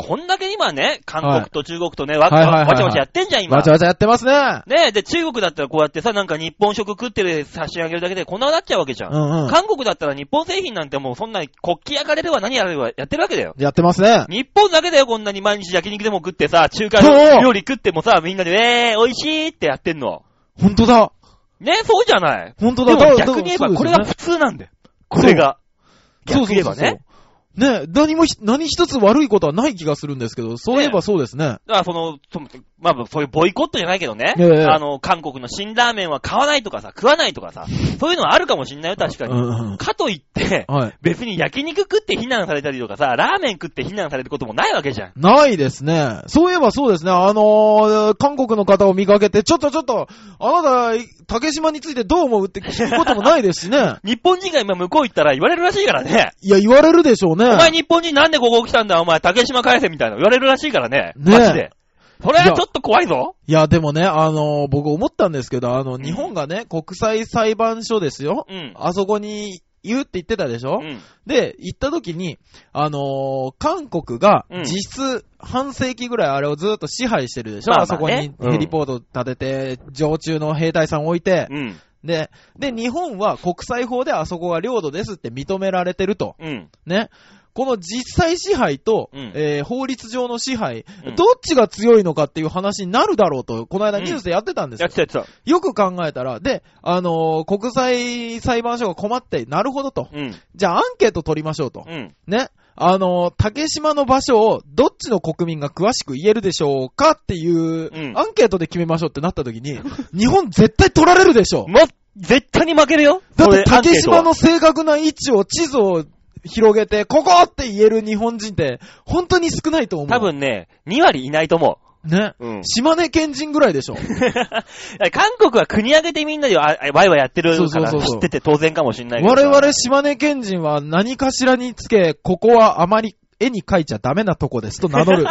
Speaker 1: こんだけ今ね、韓国と中国とね、わ
Speaker 3: はいはいはいはい
Speaker 1: わちゃわちゃやってんじゃん、今。
Speaker 3: わちゃわちゃやってますね。
Speaker 1: ねえ、で、中国だったらこうやってさ、なんか日本食食ってる差し上げるだけでこんななっちゃうわけじゃん。
Speaker 3: うんうん。
Speaker 1: 韓国だったら日本製品なんてもうそんな国旗焼かれるわ何やれるわやってるわけだよ。
Speaker 3: やってますね。
Speaker 1: 日本だけだよ、こんなに毎日焼肉でも食ってさ、中華
Speaker 3: そう
Speaker 1: 料理食ってもさ、みんなで、えー、美味しいってやってんの。
Speaker 3: ほんとだ。
Speaker 1: ねえ、そうじゃない。
Speaker 3: ほんと
Speaker 1: で
Speaker 3: だ。
Speaker 1: も逆に言えば
Speaker 3: そうですよね
Speaker 1: これが普通なんだよ。これが。
Speaker 3: そ
Speaker 1: 逆
Speaker 3: うそ
Speaker 1: に言
Speaker 3: う
Speaker 1: え
Speaker 3: そう
Speaker 1: ば
Speaker 3: そう
Speaker 1: ね。。
Speaker 3: ね、何もひ、何一つ悪いことはない気がするんですけど、そういえばそうですね。
Speaker 1: だからその、そのまあ、そういうボイコットじゃないけどね。
Speaker 3: ええ
Speaker 1: あの、韓国の辛ラーメンは買わないとかさ、食わないとかさ、そういうのはあるかもしんないよ、確か
Speaker 3: う
Speaker 1: に。
Speaker 3: んうん。
Speaker 1: かといって、
Speaker 3: はい。
Speaker 1: 別に焼肉食って非難されたりとかさ、ラーメン食って非難されることもないわけじゃん。。
Speaker 3: ないですね。そういえばそうですね。あのー、韓国の方を見かけて、ちょっとちょっと、あなた、竹島についてどう思うって聞くこともないですしね
Speaker 1: 日本人が今向こう行ったら言われるらしいからね。
Speaker 3: いや、言われるでしょうね。
Speaker 1: お前日本人なんでここ来たんだお前竹島返せみたいな言われるらしいからね。
Speaker 3: ね
Speaker 1: マジで。それはちょっと怖いぞ。
Speaker 3: いや、でもね、あのー、僕思ったんですけど、あの、
Speaker 1: ん
Speaker 3: 日本がね、国際裁判所ですよ。
Speaker 1: うん。
Speaker 3: あそこに、言うって言ってたでしょ、
Speaker 1: うん。
Speaker 3: で、行った時に、あのー韓国が
Speaker 1: うん
Speaker 3: 実質半世紀ぐらいあれをずっと支配してるでしょ、
Speaker 1: まあ
Speaker 3: あ
Speaker 1: まあ
Speaker 3: そこ
Speaker 1: ね
Speaker 3: にヘリポート立てて、常駐の兵隊さん置いて、
Speaker 1: うん。
Speaker 3: で、で、日本は国際法であそこが領土ですって認められてると。
Speaker 1: うん。
Speaker 3: ね。この実際支配と、
Speaker 1: うん
Speaker 3: えー法律上の支配、
Speaker 1: うん
Speaker 3: どっちが強いのかっていう話になるだろうと、この間ニュースでやってたんです
Speaker 1: や
Speaker 3: よ
Speaker 1: って。たやってた。
Speaker 3: よく考えたら、で、あのー国際裁判所が困って、なるほどと。
Speaker 1: うん。
Speaker 3: じゃあアンケート取りましょうと。
Speaker 1: うん。
Speaker 3: ね、あの、竹島の場所をどっちの国民が詳しく言えるでしょうかっていう、
Speaker 1: うん
Speaker 3: アンケートで決めましょうってなった時 に、日本絶対取られるでしょ
Speaker 1: も、絶対に負けるよ。
Speaker 3: だっ
Speaker 1: そ
Speaker 3: て
Speaker 1: れアンケ
Speaker 3: 竹
Speaker 1: ートは
Speaker 3: 島の正確な位置を地図を広げて、ここって言える日本人って、本当に少ないと思う。
Speaker 4: 多。分ね、2割いないと 思
Speaker 3: ね。
Speaker 4: う。うん。
Speaker 3: 島根県人ぐらいでしょ。
Speaker 4: 韓国は国挙げてみんなでああワイワイやってるから
Speaker 3: そうそうそうそう
Speaker 4: 知ってて当然かもしんないけど
Speaker 3: 我
Speaker 4: さ。
Speaker 3: 々島根県人は何かしらにつけ、ここはあまり絵に描いちゃダメなとこですと名乗 る、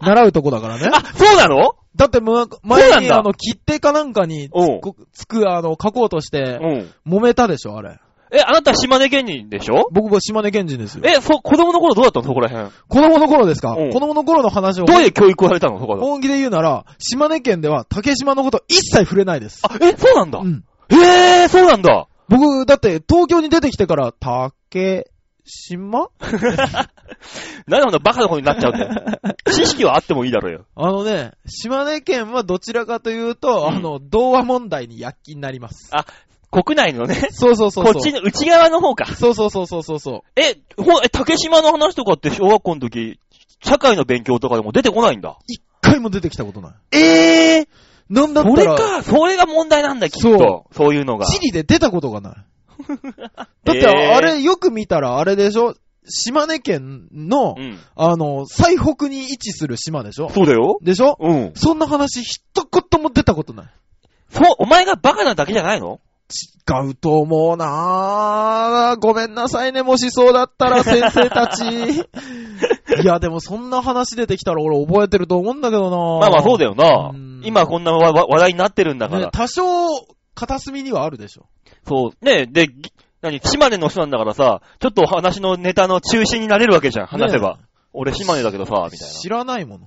Speaker 3: 習うとこだからね。
Speaker 4: あ、そうなの
Speaker 3: だってむ
Speaker 4: そうな
Speaker 3: 前
Speaker 4: ん
Speaker 3: に
Speaker 4: だ
Speaker 3: あの、切手かなんかにつ
Speaker 4: おう
Speaker 3: こつく、あの、書こうとして、
Speaker 4: うん。
Speaker 3: 揉めたでしょ、あれ。
Speaker 4: え、あなた島根県人でしょ
Speaker 3: 僕も島根県人ですよ。
Speaker 4: え、そう、子供の頃どうだったのそこら辺。
Speaker 3: 子供の頃ですか子
Speaker 4: うん
Speaker 3: 供の頃の話を
Speaker 4: どういう教育をされたのそこで。
Speaker 3: 本気で言うなら、島根県では竹島のこと一切触れないです。
Speaker 4: あ、え、そうなんだ。
Speaker 3: うん。
Speaker 4: へえー、そうなんだ。
Speaker 3: 僕、だって東京に出てきてから、竹島
Speaker 4: なんでこんなバカなことになっちゃうんだよ。知識はあってもいいだろうよ。
Speaker 3: あのね、島根県はどちらかというと、あの、童話問題に躍起になります。
Speaker 4: 国内のね、
Speaker 3: そうそうそうそう。
Speaker 4: こっちの内側の方か。
Speaker 3: そうそうそうそうそうそ
Speaker 4: え、ほ、え、竹島の話とかって小学校の時、社会の勉強とかでも出てこないんだ。
Speaker 3: う。一回も出てきたことない。
Speaker 4: ええ
Speaker 3: なんだ
Speaker 4: ー、
Speaker 3: った
Speaker 4: そ
Speaker 3: ら、
Speaker 4: れか、それが問題なんだ、きっと。
Speaker 3: そ
Speaker 4: そういうのが。
Speaker 3: 地理で出たことが ない。だっ
Speaker 4: え
Speaker 3: て、
Speaker 4: ー
Speaker 3: あれ、よく見たらあれでしょ島根県の
Speaker 4: う、ん。
Speaker 3: あの、最北に位置する島でしょ
Speaker 4: そうだよ。
Speaker 3: でしょ
Speaker 4: うん。
Speaker 3: そんな話一言も出たことない。
Speaker 4: そう、お前がバカなだけじゃないの
Speaker 3: 違うと思うなぁ。ごめんなさいね、もしそうだったら先生たち。 いや、でもそんな話出てきたら俺覚えてると思うんだけどなぁ。
Speaker 4: まあまあそうだよな
Speaker 3: うん。
Speaker 4: 今こんなわわ話題になってるんだか
Speaker 3: ね
Speaker 4: ら。
Speaker 3: 多少、片隅にはあるでしょ。
Speaker 4: そう。ねで、ぎ何、島根の人なんだからさ、ちょっと話のネタの中心になれるわけじゃん、話せば。俺島根だけどさ、みたいな。
Speaker 3: 知らないも の。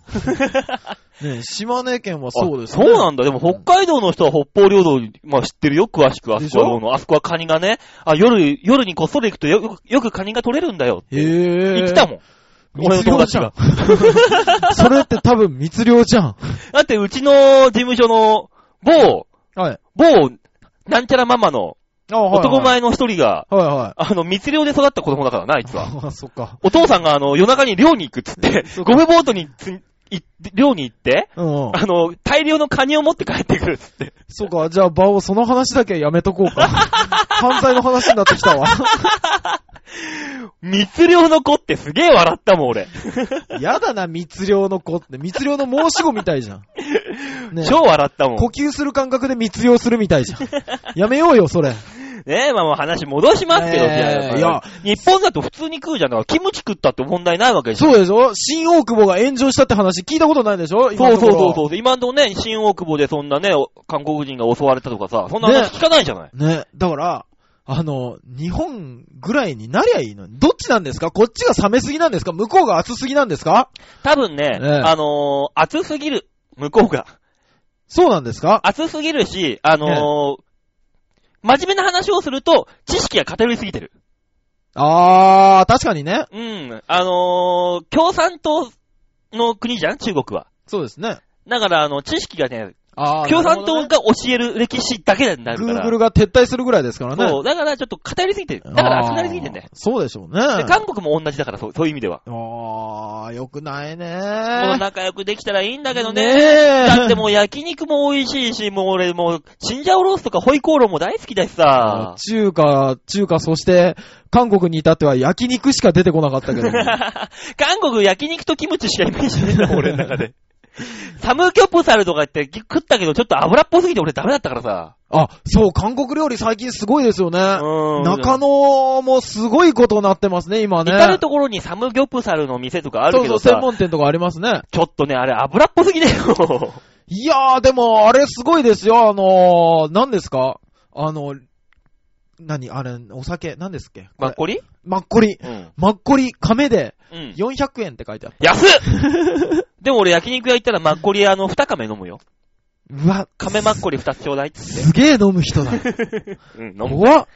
Speaker 3: ね島根県はそうです
Speaker 4: あそうなんだ。でも北海道の人は北方領土、まあ知ってるよ、詳しく。あ
Speaker 3: でし
Speaker 4: そこ
Speaker 3: ょ
Speaker 4: はの、あそこはカニがね、あ、夜、夜にこっそり行くとよよく、よくカニが取れるんだよ。
Speaker 3: へぇー。
Speaker 4: 言ってたもん。俺の
Speaker 3: 密
Speaker 4: 友
Speaker 3: 漁じ
Speaker 4: 達
Speaker 3: ゃ
Speaker 4: が
Speaker 3: ん。。 それって多分密漁じゃん。
Speaker 4: だってうちの事務所の某、
Speaker 3: はい。
Speaker 4: 某、なんちゃらママの
Speaker 3: あはいはい
Speaker 4: 男前の一人
Speaker 3: は
Speaker 4: が、
Speaker 3: いは
Speaker 4: あの、密漁で育った子供だからな、あいつは。
Speaker 3: い。あ、そっか。
Speaker 4: お父さんがあの、夜中に漁に行くっ つって、ゴムボートにつん、い漁に行って、
Speaker 3: うん。
Speaker 4: あの、大量のカニを持って帰ってくるっつって。
Speaker 3: そうか、じゃあ、場をその話だけはやめとこう か。犯罪の話になってきたわ。
Speaker 4: 密漁の子ってすげえ笑ったもん、俺。
Speaker 3: やだな、密漁の子って。密漁の申し子みたいじゃん。ね
Speaker 4: 超笑ったもん
Speaker 3: 呼。吸する感覚で密漁するみたいじゃん。やめようよ、それ。
Speaker 4: ねえ、まあまあ話戻しますけど、
Speaker 3: ねえ
Speaker 4: い
Speaker 3: いや
Speaker 4: や、日本だと普通に食うじゃん。だからキムチ食ったって問題ないわけじゃん。
Speaker 3: そうでしょ新大久保が炎上したって話聞いたことないでしょ今
Speaker 4: そ
Speaker 3: のと
Speaker 4: う
Speaker 3: こ
Speaker 4: そう
Speaker 3: ろ
Speaker 4: そうそう。今のとこね、新大久保でそんなね、お韓国人が襲われたとかさ、そんな
Speaker 3: ね
Speaker 4: 話聞かないじゃない。
Speaker 3: ね、だから、あの、日本ぐらいになりゃいいのに。どっちなんですかこっちが冷めすぎなんですか向こうが熱すぎなんですか
Speaker 4: 多分ね、
Speaker 3: ねえ
Speaker 4: あのー、暑すぎる、向こうが。
Speaker 3: そうなんですか
Speaker 4: 暑すぎるし、あのー、真面目な話をすると、知識が偏りすぎてる。
Speaker 3: あー、確かにね。
Speaker 4: うん。あのー、共産党の国じゃん中国は。
Speaker 3: そうですね。
Speaker 4: だから、あの、知識がね、
Speaker 3: あー
Speaker 4: 共産
Speaker 3: なるほどね
Speaker 4: 党が教える歴史だけになるから。
Speaker 3: Google が撤退するぐらいですからね。
Speaker 4: そう、だからちょっと偏りすぎてる。だから熱くなりすぎてんだよ。
Speaker 3: あーそうでしょうね。
Speaker 4: で、韓国も同じだから、そうそういう意味では。
Speaker 3: あー、よくないね
Speaker 4: もう
Speaker 3: ー。
Speaker 4: 仲良くできたらいいんだけど
Speaker 3: ね
Speaker 4: ね。
Speaker 3: え
Speaker 4: だってもう焼肉も美味しいし、もう俺もう、チンジャオロースとかホイコーローも大好きだしさ。
Speaker 3: 中華、中華、そして、韓国に至っては焼肉しか出てこなかったけど。
Speaker 4: 韓国焼肉とキムチしかイメージないんだもん、俺の中 で。サムギョプサルとかって食ったけど、ちょっと油っぽすぎて俺ダメだったからさ。
Speaker 3: あ、そう、韓国料理最近すごいですよね。
Speaker 4: うん。
Speaker 3: 中野もすごいことになってますね、今ね。
Speaker 4: 至るところにサムギョプサルの店とかあ
Speaker 3: そ
Speaker 4: る
Speaker 3: う
Speaker 4: け
Speaker 3: そ
Speaker 4: ど
Speaker 3: う、専
Speaker 4: さ、
Speaker 3: 門店とかありますね。
Speaker 4: ちょっとね、あれ油っぽすぎだよ。
Speaker 3: いやー、でも、あれすごいですよ。あのー、何ですかあの、何あれ、お酒、何ですっけ
Speaker 4: マ
Speaker 3: こ
Speaker 4: ッ
Speaker 3: れ
Speaker 4: コリ
Speaker 3: マッコリ。
Speaker 4: うん。
Speaker 3: マッコリ、亀で
Speaker 4: うん。
Speaker 3: 400円って書いてある。
Speaker 4: 安っ でも俺焼肉屋行ったらマッコリあの二亀飲む よ。
Speaker 3: うわ、
Speaker 4: 亀マッコリ二つちょうだいっつって。
Speaker 3: すげえ飲む人だ。
Speaker 4: うん、飲む。
Speaker 3: 怖っ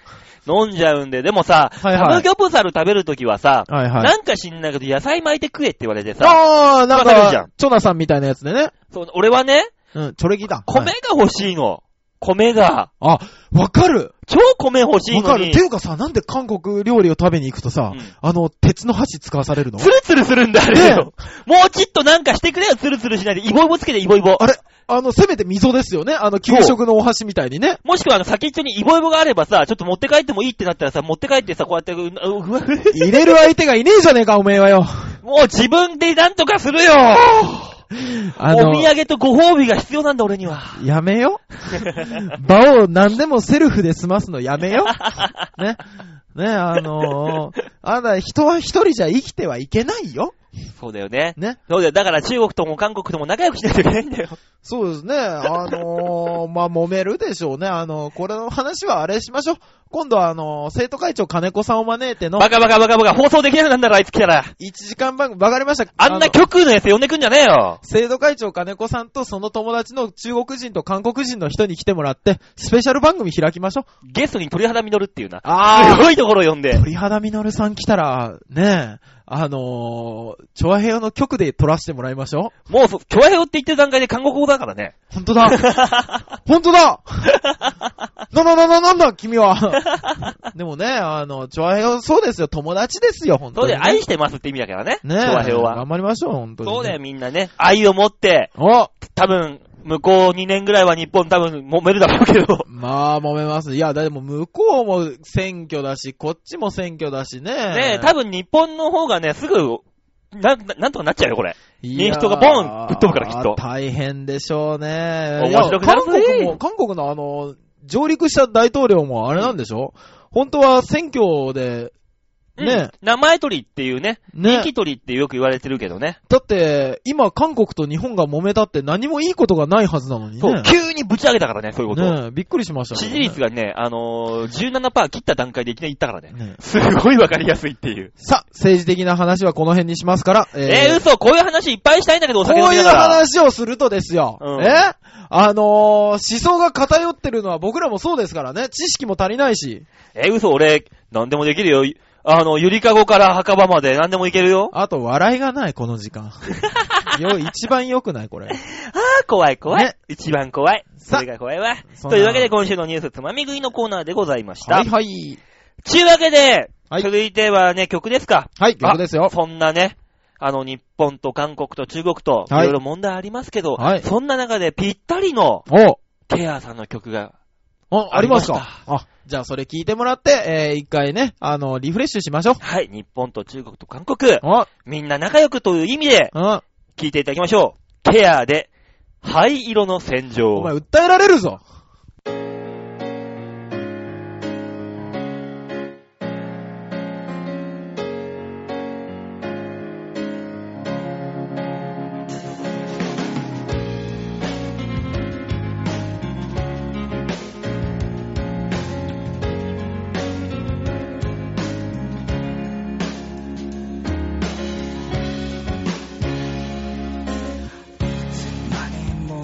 Speaker 4: 飲んじゃうんで、でもさ、
Speaker 3: はいはい
Speaker 4: サムギョプサル食べるときはさ、
Speaker 3: はいはい。
Speaker 4: なんか知んないけど野菜巻いて食えって言われてさ、
Speaker 3: あー、なん
Speaker 4: わかるじ
Speaker 3: か
Speaker 4: ゃん、
Speaker 3: チョナさんみたいなやつでね。
Speaker 4: そう俺はね、
Speaker 3: うん、チョレギだ。
Speaker 4: 米
Speaker 3: は
Speaker 4: が
Speaker 3: い
Speaker 4: 欲しいの。米が。
Speaker 3: あ、わかる
Speaker 4: 超米欲しい
Speaker 3: わ
Speaker 4: の
Speaker 3: かる。
Speaker 4: に
Speaker 3: てい。うかさ、なんで韓国料理を食べに行くとさ、
Speaker 4: うん
Speaker 3: あの、鉄の箸使わされるの
Speaker 4: ツルツルするんだ、あれ
Speaker 3: ねえ
Speaker 4: よ。もうちっとなんかしてくれよ、ツルツルしないで。イボイボつけて、イボイボ。
Speaker 3: あれあの、せめて溝ですよね。あの、給食のお箸みたいに ね。
Speaker 4: もしくはあの、先っちょにイボイボがあればさ、ちょっと持って帰ってもいいってなったらさ、持って帰ってさ、こうやって、ううふわふわ
Speaker 3: 入れる相手がいねえじゃねえか、おめえはよ。
Speaker 4: もう自分でなんとかするよ
Speaker 3: あ
Speaker 4: お
Speaker 3: の、
Speaker 4: 土産とご褒美が必要なんだ、俺には。
Speaker 3: やめよ。 場を何でもセルフで済ますのや めよ。ね。ね、あのー、あなた人は一人じゃ生きてはいけないよ。
Speaker 4: そうだよね。
Speaker 3: ね。
Speaker 4: そうだよ。だから中国とも韓国とも仲良くしないといけないんだよ。
Speaker 3: そうですね。あのー、まあ、揉めるでしょうね。あのー、これの話はあれしましょう。今度はあのー、生徒会長金子さんを招いての、
Speaker 4: バカバカバカバカ、放送できなくなんだろ、あいつ来たら。
Speaker 3: 1時間番組、わかりました。
Speaker 4: あんな極右のやつ呼んでくんじゃねえよ。
Speaker 3: 生徒会長金子さんとその友達の中国人と韓国人の人に来てもらって、スペシャル番組開きましょう。
Speaker 4: ゲストに鳥肌実るっていうな。
Speaker 3: あ
Speaker 4: すごいところ呼んで。
Speaker 3: 鳥肌みのるさん来たら、ねえ、あのー、チョアヘヨの曲で撮らせてもらいましょ
Speaker 4: もうそ、チョアヘヨって言ってる段階で韓国語だからね。
Speaker 3: う。ほんと だほんとだなななななんだ君はでもね、あの、チョアヘヨ、そうですよ、友達ですよ、ほんと
Speaker 4: そう
Speaker 3: に、
Speaker 4: だ
Speaker 3: ね。
Speaker 4: よ、愛してますって意味だからね。
Speaker 3: ね
Speaker 4: チョアヘヨは。
Speaker 3: 頑張りましょう、ほんとに、
Speaker 4: そうだよ、みんなね。愛を持って、
Speaker 3: お
Speaker 4: 多分、向こう2年ぐらいは日本多分揉めるだろうけど。
Speaker 3: まあ、揉めます。いや、でも、向こうも選挙だし、こっちも選挙だしね。
Speaker 4: ねえ、多分日本の方がね、すぐ、な、ななんとかなっちゃうよ、これ。
Speaker 3: いやー
Speaker 4: 人がボンぶっ飛ぶからきっと
Speaker 3: 大変でしょうね。
Speaker 4: 面白くなるぜ
Speaker 3: いや韓国も、韓国のあの、上陸した大統領もあれなんでしょ本当は選挙で、
Speaker 4: うん
Speaker 3: ね、
Speaker 4: 名前取りっていうね。
Speaker 3: ね
Speaker 4: 人気取りってよく言われてるけどね。
Speaker 3: だって、今韓国と日本が揉めたって何もいいことがないはずなのにね。
Speaker 4: そう、急にぶち上げたからね、そういうことを。
Speaker 3: ねびっくりしましたね。
Speaker 4: 支持率がね、あのー、17%切った段階でいきなりいったからね。
Speaker 3: ね
Speaker 4: すごいわかりやすいっていう。
Speaker 3: さあ、政治的な話はこの辺にしますから、えー
Speaker 4: えー、嘘、こういう話いっぱいしたいんだけど、お
Speaker 3: こ
Speaker 4: 酒飲
Speaker 3: う
Speaker 4: み
Speaker 3: い
Speaker 4: な
Speaker 3: う
Speaker 4: がら。
Speaker 3: 話をするとですよ、
Speaker 4: うん
Speaker 3: えあのー思想が偏ってるのは僕らもそうですからね、知識も足りないし、
Speaker 4: えー、嘘、俺、なんでもできるよ。あの、ゆりかごから墓場までなんでもいけるよ。
Speaker 3: あと、笑いがない、この時 間。よ、一番良くない、これ。
Speaker 4: あー怖い怖い。
Speaker 3: ね
Speaker 4: 一番怖い。
Speaker 3: さ
Speaker 4: それが怖いわ。
Speaker 3: そんな
Speaker 4: というわけで今週のニュースつまみ食いのコーナーでございました。
Speaker 3: はいはい。
Speaker 4: ちゅうわけで、
Speaker 3: はい
Speaker 4: 続いてはね、曲ですか。
Speaker 3: はい、
Speaker 4: あ
Speaker 3: 曲ですよ。
Speaker 4: そんなね、あの、日本と韓国と中国と、い
Speaker 3: はい
Speaker 4: ろいろ問題ありますけど、
Speaker 3: はい
Speaker 4: そんな中でぴったりの、
Speaker 3: お
Speaker 4: ケアさんの曲が、
Speaker 3: お、あ
Speaker 4: あ
Speaker 3: り
Speaker 4: り
Speaker 3: ま
Speaker 4: ますし
Speaker 3: か
Speaker 4: た
Speaker 3: あ、じゃあそれ聞いてもらって、えー、一回ね、あの、リフレッシュしましょう。
Speaker 4: はい、日本と中国と韓国、
Speaker 3: お、
Speaker 4: みんな仲良くという意味で、
Speaker 3: うん。
Speaker 4: 聴いていただきましょう。ケアで、灰色の戦
Speaker 3: お前、
Speaker 4: 場。
Speaker 3: 訴えられるぞ。
Speaker 5: いつまでも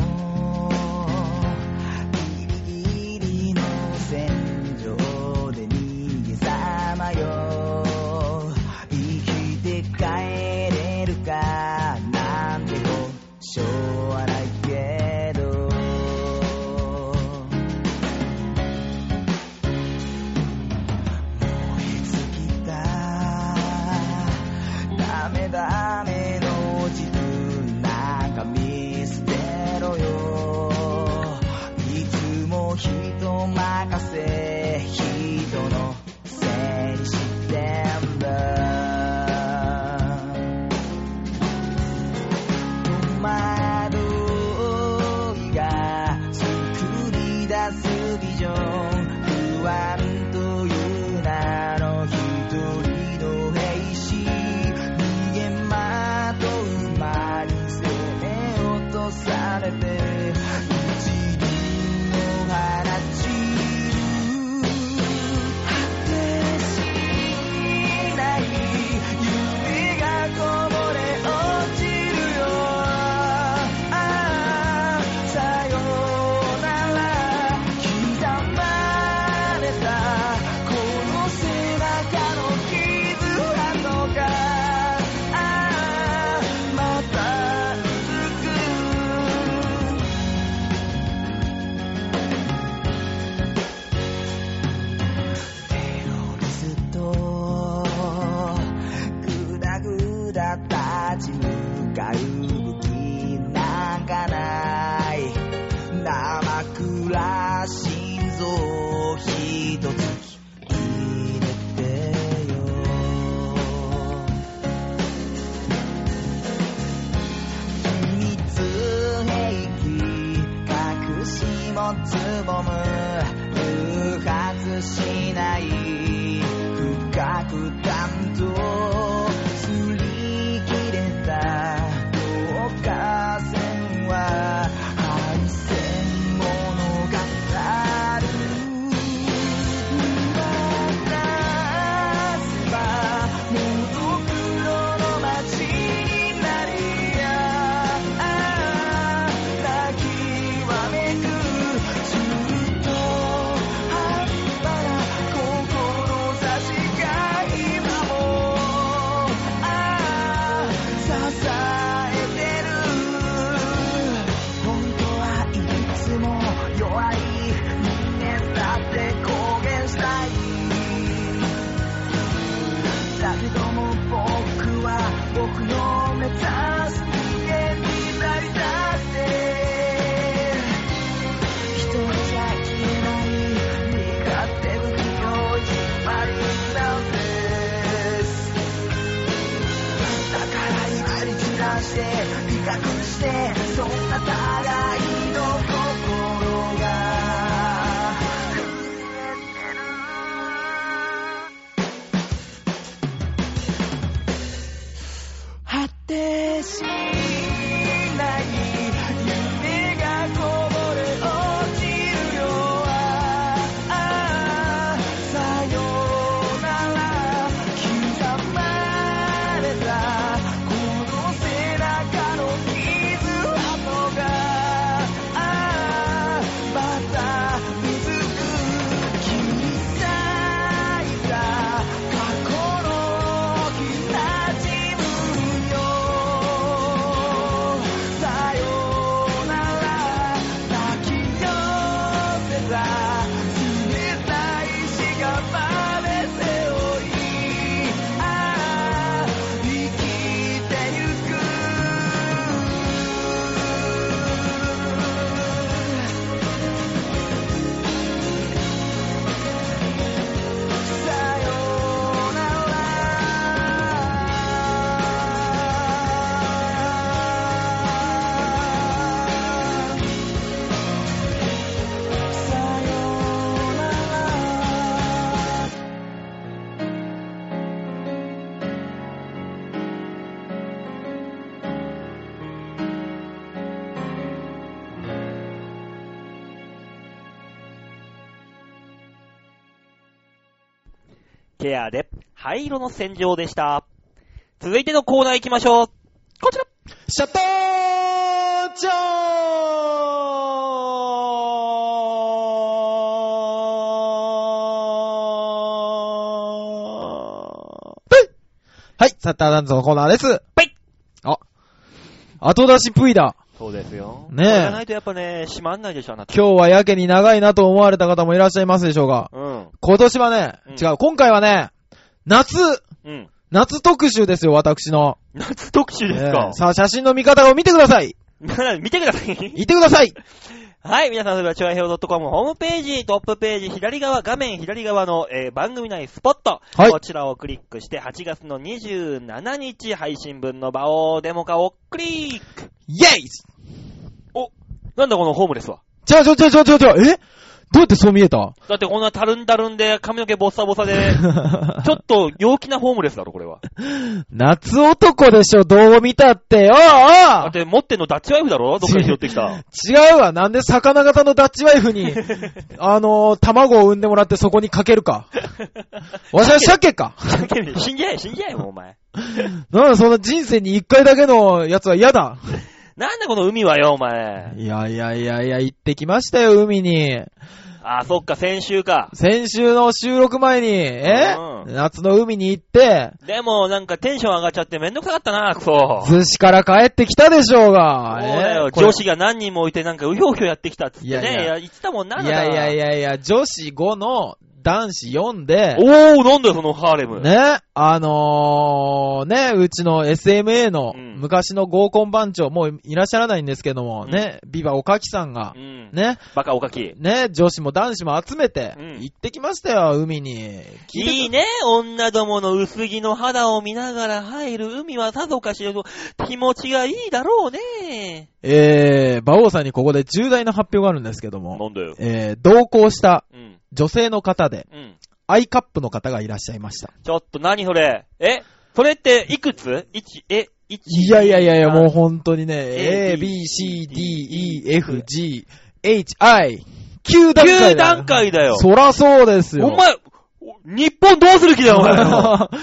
Speaker 5: 僕は僕の目指す人間になりたくて一人じゃ消えない身勝手不器用引っ張り出すだから今に散らして比較してそんな互いの心が震えてる果てしない夢がこぼれ落ちるよああさよなら刻まれたこの背中の傷跡がああまた水く切り裂いた過去の「ひなじむよ」「さよなら」「泣き寄せた」「冷たいしがまれており」「ああ生きてゆく」「さよなら」「さよなら」
Speaker 4: ケアで、灰色の戦場でした。続いてのコーナー行きましょう。こちら。
Speaker 3: シャッターチャンはい、シャッターダンスのコーナーです。
Speaker 4: はい
Speaker 3: あ、後出しプイだ。
Speaker 4: そうですよ
Speaker 3: ねえ
Speaker 4: これがないとやっぱね、閉まんないでしょ、あなた。
Speaker 3: 今日はやけに長いなと思われた方もいらっしゃいますでしょうが、
Speaker 4: うん。
Speaker 3: 今年はね、
Speaker 4: うん
Speaker 3: 違う、今回はね、夏、
Speaker 4: うん。
Speaker 3: 夏特集ですよ、私の。
Speaker 4: 夏特集 です
Speaker 3: え
Speaker 4: か
Speaker 3: え。さあ、写真の見方を見てください。
Speaker 4: 見てください。
Speaker 3: 見てください。
Speaker 4: はい、皆さん、それでは、チョアヘオ .com ホームページ、トップページ、左側、画面左側の、えー番組内スポット、
Speaker 3: はい
Speaker 4: こちらをクリックして、8月の27日配信分の場をデモ化をクリック
Speaker 3: イェイ
Speaker 4: なんだこのホームレスは。
Speaker 3: ちょちょちょちょちょちょ、えどうやってそう見えた
Speaker 4: だってこんなたるんだるんで、髪の毛ボッサボ サで、ちょっと陽気なホームレスだろ、これは。
Speaker 3: 夏男でしょ、どう見たってよ
Speaker 4: だ
Speaker 3: あ
Speaker 4: っ
Speaker 3: あ
Speaker 4: て持ってんのダッチワイフだろどっかに拾って きた。
Speaker 3: 違うわ、なんで魚型のダッチワイフ に、あのー卵を産んでもらってそこにかけるか。わしは鮭か。
Speaker 4: 死んじゃえ、死んじゃえ、もうお前。
Speaker 3: なんだ、そんな人生に一回だけのやつは嫌だ。
Speaker 4: なんだこの海はよ、お前。
Speaker 3: いやいやいやいや、行ってきましたよ、海に。
Speaker 4: あ、そっか、先週か。
Speaker 3: 先週の収録前に、え
Speaker 4: うん
Speaker 3: 夏の海に行って、
Speaker 4: でも、なんかテンション上がっちゃってめんどくさかったな、クソ。
Speaker 3: 寿司から帰ってきたでしょうが。
Speaker 4: そうだよ
Speaker 3: え、これ
Speaker 4: 女子が何人もいてなんかうひょうひょやってきたっつってね、
Speaker 3: いやいや
Speaker 4: いや言ってたもんな、
Speaker 3: いやいやい
Speaker 4: や。
Speaker 3: やいや、女子5の男子4で、
Speaker 4: おー、なんだよ、そのハーレム。
Speaker 3: ね、あのー、ね、うちの SMA の
Speaker 4: うん
Speaker 3: 昔の合コン番長、もういらっしゃらないんですけども、
Speaker 4: うん
Speaker 3: ね、ビバおかきさんが
Speaker 4: う、ん。
Speaker 3: ね、
Speaker 4: バカおかき。
Speaker 3: ね、女子も男子も集めて
Speaker 4: うん、
Speaker 3: 行ってきましたよ、海に。聞
Speaker 4: いい
Speaker 3: いて
Speaker 4: ね、女どもの薄着の肌を見ながら入る海はさぞかしらと気持ちがいいだろうね。
Speaker 3: えー、馬王さんにここで重大な発表があるんですけども、
Speaker 4: んだよ。
Speaker 3: えー、同行した
Speaker 4: うん、
Speaker 3: 女性の方で、
Speaker 4: うん。
Speaker 3: アイカップの方がいらっしゃいました。
Speaker 4: ちょっと何それ。えそれっていくつ ?1、え、1。
Speaker 3: いやいやいやいや、もう
Speaker 4: う。
Speaker 3: 本当にね、
Speaker 4: A
Speaker 3: A, B, C, D, E, F, G, H, I、9段階だよ。
Speaker 4: 9段階だよ。
Speaker 3: そらそうですよ。
Speaker 4: お前、お日本どうする気だよ、お前。お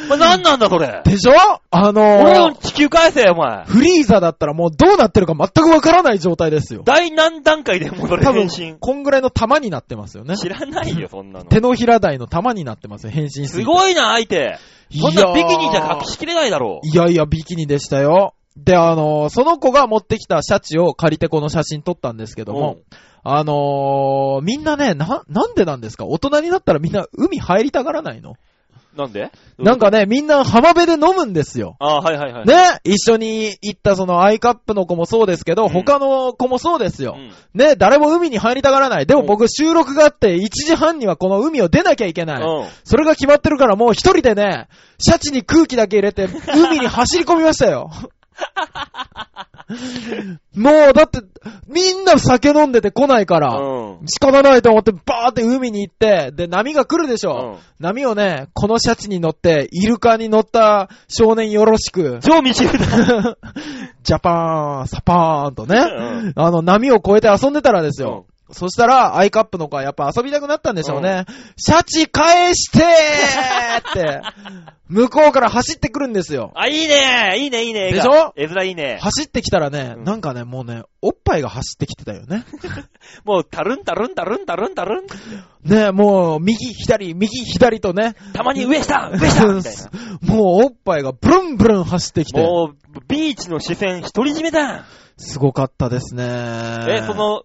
Speaker 4: 前何なんだ、それ。
Speaker 3: でしょあ
Speaker 4: 俺
Speaker 3: の
Speaker 4: の
Speaker 3: ー、
Speaker 4: 地球返せよ、お前。
Speaker 3: フリーザだったらもうどうなってるか全くわからない状態ですよ。
Speaker 4: 第何段階でもうそれ
Speaker 3: 多
Speaker 4: 変
Speaker 3: 分
Speaker 4: 身、。
Speaker 3: こんぐらいの玉になってますよね。
Speaker 4: 知らないよ、そんなの。
Speaker 3: 手のひら台の玉になってますよ、変身
Speaker 4: すごいな、相手。そんなビキニじゃ隠しきれないだろう。
Speaker 3: いやいや、ビキニでしたよ。で、あのーその子が持ってきたシャチを借りてこの写真撮ったんですけども、あのーみんなね、な、なんでなんですか大人になったらみんな海入りたがらないの
Speaker 1: なんで
Speaker 3: なんか、ね、みんな浜辺で飲むんですよ。
Speaker 1: ああ、はいはいはい。
Speaker 3: ね、一緒に行ったそのアイカップの子もそうですけ
Speaker 1: う
Speaker 3: ど、
Speaker 1: ん
Speaker 3: 他の子もそうですよ
Speaker 1: う。ん。
Speaker 3: ね、誰も海に入りたがらない。でも
Speaker 1: うん
Speaker 3: 僕収録があって1時半にはこの海を出なきゃいけない。
Speaker 1: うん。
Speaker 3: それが決まってるからもう一人でね、シャチに空気だけ入れて、海に走り込みました よ。もう、だって、みんな酒飲んでて来ないから、
Speaker 1: うん。
Speaker 3: 仕方ないと思ってバーって海に行って、で、波が来るでし
Speaker 1: うん、
Speaker 3: ょ。波をね、このシャチに乗って、イルカに乗った少年よろしく
Speaker 1: 超未知だ。
Speaker 3: ジャパーン、サパーンとね、
Speaker 1: うん
Speaker 3: あの、波を越えて遊んでたらですよ。
Speaker 1: うん
Speaker 3: そしたら、アイカップの子はやっぱ遊びたくなったんでしょうね。シャチ返してー って、向こうから走ってくるんですよ。
Speaker 1: あ、いいねいいねいいね
Speaker 3: でしょ
Speaker 1: 絵面いいね。
Speaker 3: 走ってきたらね、
Speaker 1: うん
Speaker 3: なんかね、もうね、おっぱいが走ってきてたよね。
Speaker 1: もう、たるんたるんたるんたるんたるん。
Speaker 3: ねえもう、右、左、右、左とね、
Speaker 1: たまに上 下上下みたいな。
Speaker 3: もうおっぱいがブルンブルン走ってきて、
Speaker 1: もう、ビーチの視線独り占めだ。
Speaker 3: すごかったですね。
Speaker 1: え、そ、の、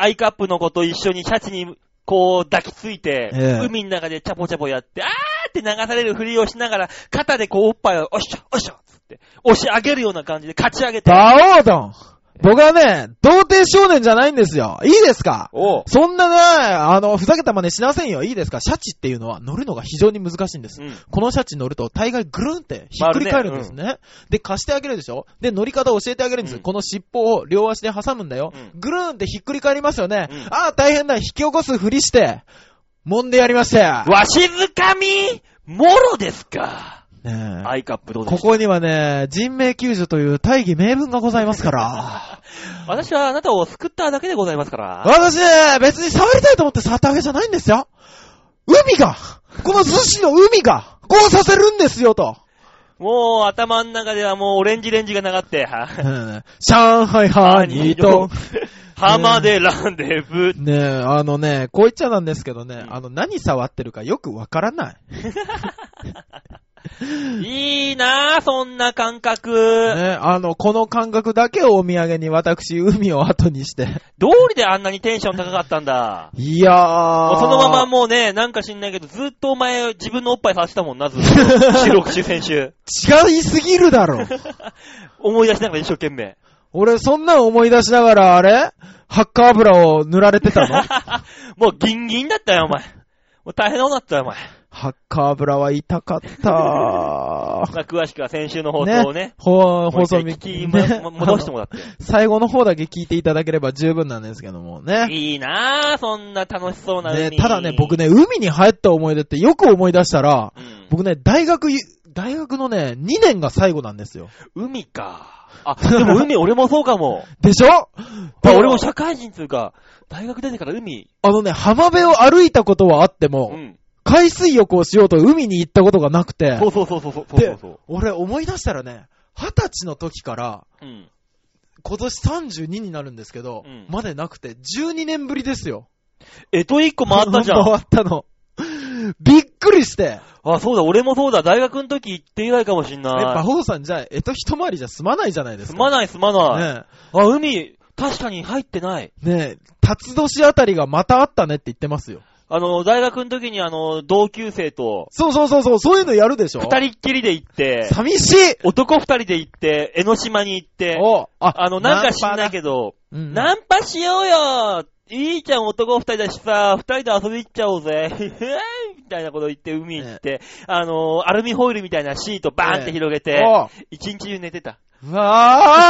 Speaker 1: アイカップの子と一緒にシャチに、こう、抱きついて、
Speaker 3: ええ
Speaker 1: 海の中でチャポチャポやって、あーって流されるふりをしながら、肩でこう、おっぱいを、おっしょ、おっしょ、つって、押し上げるような感じで、勝ち上げて。
Speaker 3: バオードン僕はね、童貞少年じゃないんですよ。いいですか
Speaker 1: おう。
Speaker 3: そんなね、あの、ふざけた真似しませんよ。いいですかシャチっていうのは乗るのが非常に難しいんです。
Speaker 1: うん
Speaker 3: このシャチ乗ると大概ぐるんってひっくり返るんですね。で、貸してあげるでしょで、乗り方を教えてあげるんです。
Speaker 1: うん
Speaker 3: この尻尾を両足で挟むんだよ。
Speaker 1: うん
Speaker 3: ぐるんってひっくり返りますよね。
Speaker 1: うん
Speaker 3: ああ、大変だ。引き起こすふりして、揉んでやりましたよ。
Speaker 1: わしづかみ、もろですか。
Speaker 3: ねえ
Speaker 1: アイカップどうで
Speaker 3: こ
Speaker 1: すか
Speaker 3: こにはね、人命救助という大義名分がございますから。
Speaker 1: 私はあなたを救っただけでございますから。
Speaker 3: 私ね、別に触りたいと思って触ったわけじゃないんですよ。海が、この寿司の海が、こうさせるんですよと。
Speaker 1: もう頭の中ではもうオレンジレンジがながって、
Speaker 3: う
Speaker 1: は、
Speaker 3: ん上海ハニーと。
Speaker 1: 浜でランデブー。
Speaker 3: ねえ、あのね、こう言っちゃなんですけどね、
Speaker 1: うん
Speaker 3: あの、何触ってるかよくわからない。
Speaker 1: いいなぁ、そんな感覚。
Speaker 3: ね、あの、この感覚だけをお土産に私、海を後 にして。
Speaker 1: どうりであんなにテンション高かったんだ。
Speaker 3: いや
Speaker 1: もう
Speaker 3: ー。
Speaker 1: そのままもうね、なんか知んないけど、ずっとお前自分のおっぱいさせてたもんな、ずっと。収録中先週。
Speaker 3: 違いすぎるだろ。
Speaker 1: 思い出しながら一生懸命。
Speaker 3: 俺、そんなん思い出しながら、あれハッカー油を塗られてた の
Speaker 1: もうギンギンだったよ、お前。もう大変なことだったよ、お前。
Speaker 3: ハッカー油は痛かった。
Speaker 1: まあ、詳しくは先週の放送をね。
Speaker 3: ほ
Speaker 1: もう
Speaker 3: 放
Speaker 1: 一回
Speaker 3: 送見
Speaker 1: 聞き、ま
Speaker 3: ね
Speaker 1: も戻 してもらって。
Speaker 3: 最後の方だけ聞いていただければ十分なんですけどもね。
Speaker 1: いいなぁ、そんな楽しそうな
Speaker 3: ね
Speaker 1: 海、
Speaker 3: ただね、僕。ね、海に入った思い出ってよく思い出したら、
Speaker 1: うん、
Speaker 3: 僕ね、大学い、大学のね、2年が最後なんですよ。
Speaker 1: 海か。あ、でも海、俺もそうかも。
Speaker 3: でしょ
Speaker 1: あ俺も社会人つうか、大学出てから海。
Speaker 3: あのね、浜辺を歩いたことはあって
Speaker 1: う
Speaker 3: も、
Speaker 1: ん。
Speaker 3: 海水浴をしようと海に行ったことがなくて
Speaker 1: そ、うそうそうそうそうそう
Speaker 3: で
Speaker 1: そう。、
Speaker 3: 俺思い出したらね、二十歳の時から、
Speaker 1: うん。
Speaker 3: 今年32になるんですけど、
Speaker 1: うん
Speaker 3: までなくて、12年ぶりですよ。
Speaker 1: えと一個回ったじゃん
Speaker 3: 回。ったの。びっくりして。え、
Speaker 1: あ、そうだ、俺もそうだ、大学の時行って以来かもしん
Speaker 3: バ
Speaker 1: な
Speaker 3: ホーさんじゃあ、えと一回りじゃ済まないじゃないで
Speaker 1: い。
Speaker 3: す
Speaker 1: す
Speaker 3: か。
Speaker 1: まないすまない。
Speaker 3: ね
Speaker 1: あ、海、確かに入ってない。
Speaker 3: え、ねえ、辰年あたりがまたあったねって言ってますよ。
Speaker 1: あの、大学の時にあの、同級生と、
Speaker 3: そうそうそうそう、そういうのやるでしょ
Speaker 1: 二人っきりで行って、
Speaker 3: 寂しい
Speaker 1: 男二人で行って、江ノ島に行って、
Speaker 3: おあ
Speaker 1: あの、なんか知んないけど、
Speaker 3: ど、うん
Speaker 1: ナンパしようよいいじゃん、男二人だしさ、二人で遊び行っちゃおうぜ。 へへみたいなこと言って、海行って、あのー、アルミホイルみたいなシートバーンって広げて、
Speaker 3: お
Speaker 1: 一日中寝てた。
Speaker 3: う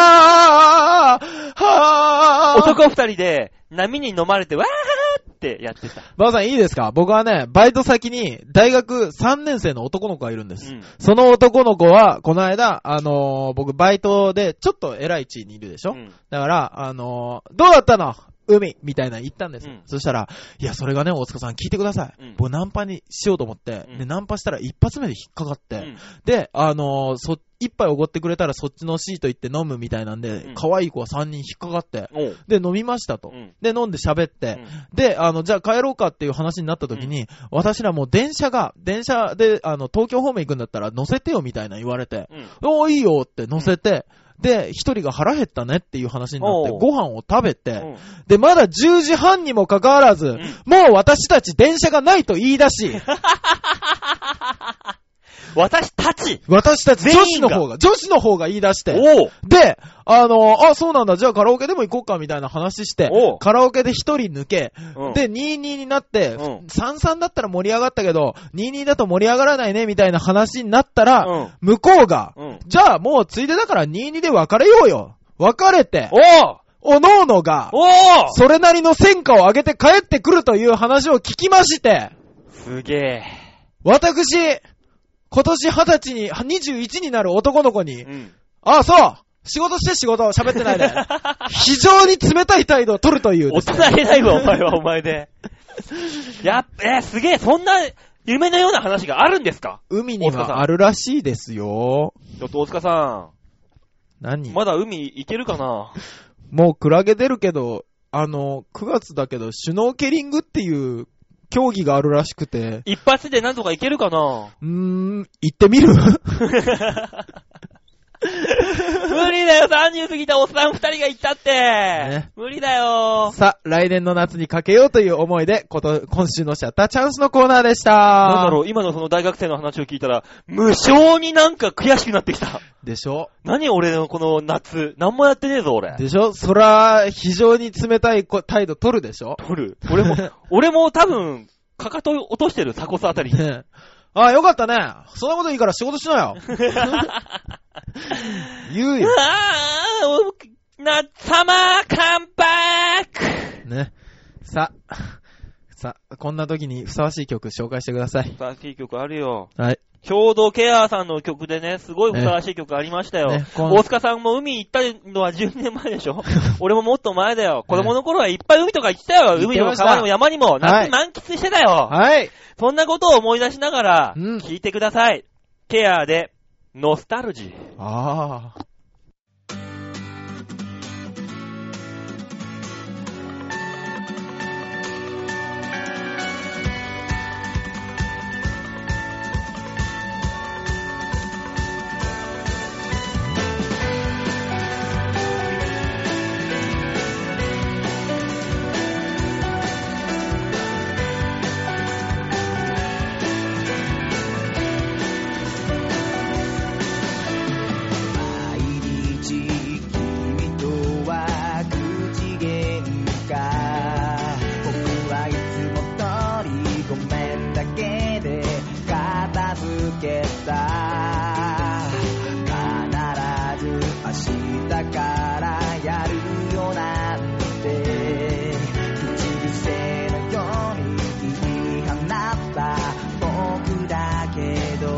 Speaker 3: わーはー
Speaker 1: 男二人で、波に飲まれて、わーってやってた。
Speaker 3: バオさんいいですか僕はね、バイト先に大学3年生の男の子がいるんで
Speaker 1: う
Speaker 3: す。
Speaker 1: ん。
Speaker 3: その男の子は、この間、あのー僕バイトでちょっと偉い地位にいるでしょ、
Speaker 1: うん
Speaker 3: だから、あのーどうだったの海みたいなの言ったんです、
Speaker 1: うん
Speaker 3: そしたら、いや、それがね、大塚さん聞いてください。
Speaker 1: うん
Speaker 3: 僕ナンパにしようと思って、
Speaker 1: うん
Speaker 3: で、ナンパしたら一発目で引っかかって、
Speaker 1: うん
Speaker 3: で、あのーそ、一杯おごってくれたらそっちのシート行って飲むみたいなんで
Speaker 1: うん、
Speaker 3: 可、愛、い子は3人引っかかって、
Speaker 1: おう
Speaker 3: で、飲みましたと。
Speaker 1: うん
Speaker 3: で、飲んで喋って、
Speaker 1: う
Speaker 3: で、あの、じゃあ帰ろうかっていう話になった時に、私らもう電車が、電車で、あの、東京方面行くんだったら乗せてよみたいな言われて、
Speaker 1: ん。
Speaker 3: おーいいよって乗せて、で、一人が腹減ったねっていう話になって、
Speaker 1: おう
Speaker 3: ご飯を食べて、
Speaker 1: うん
Speaker 3: で、まだ10時半にもかかわらず、
Speaker 1: ん
Speaker 3: もう私たち電車がないと言い出し、
Speaker 1: 私たち
Speaker 3: 私たち
Speaker 1: 全員
Speaker 3: 女子の方が、女子の方が言い出して、
Speaker 1: おう
Speaker 3: で、あの、あ、そうなんだ、じゃあカラオケでも行こうか、みたいな話して
Speaker 1: おう、
Speaker 3: カラオケで一人抜け、
Speaker 1: うん
Speaker 3: で、22になって、
Speaker 1: うん
Speaker 3: 33だったら盛り上がったけど、22だと盛り上がらないね、みたいな話になったら、
Speaker 1: うん
Speaker 3: 向こうが、
Speaker 1: うん
Speaker 3: じゃあもうついでだから22で別れようよ。別れて
Speaker 1: お、う
Speaker 3: おのおのが、
Speaker 1: おう
Speaker 3: それなりの戦果を上げて帰ってくるという話を聞きまして、
Speaker 1: すげえ。
Speaker 3: 私、今年20歳に、21になる男の子に、
Speaker 1: うん。
Speaker 3: ああ、そう仕事して仕事、喋っ てないで。非常に冷たい態度を取るという
Speaker 1: 大
Speaker 3: ですね、
Speaker 1: 人げないわ、お前はお前 で。やっえーすげえ、そんな夢のような話があるんですか
Speaker 3: 海に
Speaker 1: 大塚さん
Speaker 3: はあるらしいですよ。
Speaker 1: ちょっと大塚さん、
Speaker 3: 何
Speaker 1: まだ海行けるかな
Speaker 3: もうクラゲ出るけど、あの、9月だけど、シュノーケリングっていう競技があるらしくて、
Speaker 1: 一発でなんとか行けるかな
Speaker 3: うーん、行ってみる
Speaker 1: 無理だよ、30過ぎたおっさん二人が行ったって、無理だよ
Speaker 3: さあ、来年の夏にかけようという思いで、こと、今週のシャッターチャンスのコーナーでした。
Speaker 1: なんだろう、今のその大学生の話を聞いたら、無性になんか悔しくなってきた。
Speaker 3: でしょ
Speaker 1: 何俺のこの夏、何もやってねえぞ、俺。
Speaker 3: でしょそら、非常に冷たいこ態度取るでしょ
Speaker 1: 取る。俺も、俺も多分、かかと落としてる、鎖骨あたりに。
Speaker 3: ねえああ、よかったね。そんなこといいから仕事しな よ。言う
Speaker 1: う
Speaker 3: よ。
Speaker 1: わーな、サマーカンパーク
Speaker 3: ね。さ、さ、こんな時にふさわしい曲紹介してください。
Speaker 1: さっき曲あるよ。
Speaker 3: はい。
Speaker 1: 共同ケアさんの曲でね、すごいふさわしい曲ありましたよ。
Speaker 3: ねこん
Speaker 1: 大塚さんも海行ったのは12年前でしょ 俺ももっと前だよ。子供の頃はいっぱい海とか行ってたよ。
Speaker 3: 行っ
Speaker 1: 海に
Speaker 3: て
Speaker 1: も
Speaker 3: ました
Speaker 1: 川にも山にも。
Speaker 3: は
Speaker 1: 夏
Speaker 3: い
Speaker 1: 満喫してたよ。
Speaker 3: はい。
Speaker 1: そんなことを思い出しながら、
Speaker 3: うん
Speaker 1: 聞いてください。ケアで、ノスタルジー。
Speaker 3: ああ。
Speaker 5: 毎日君とは口喧嘩僕はいつも通りごめんだけで片付けた必ず明日からやるよなんて口癖のように切り放った僕だけど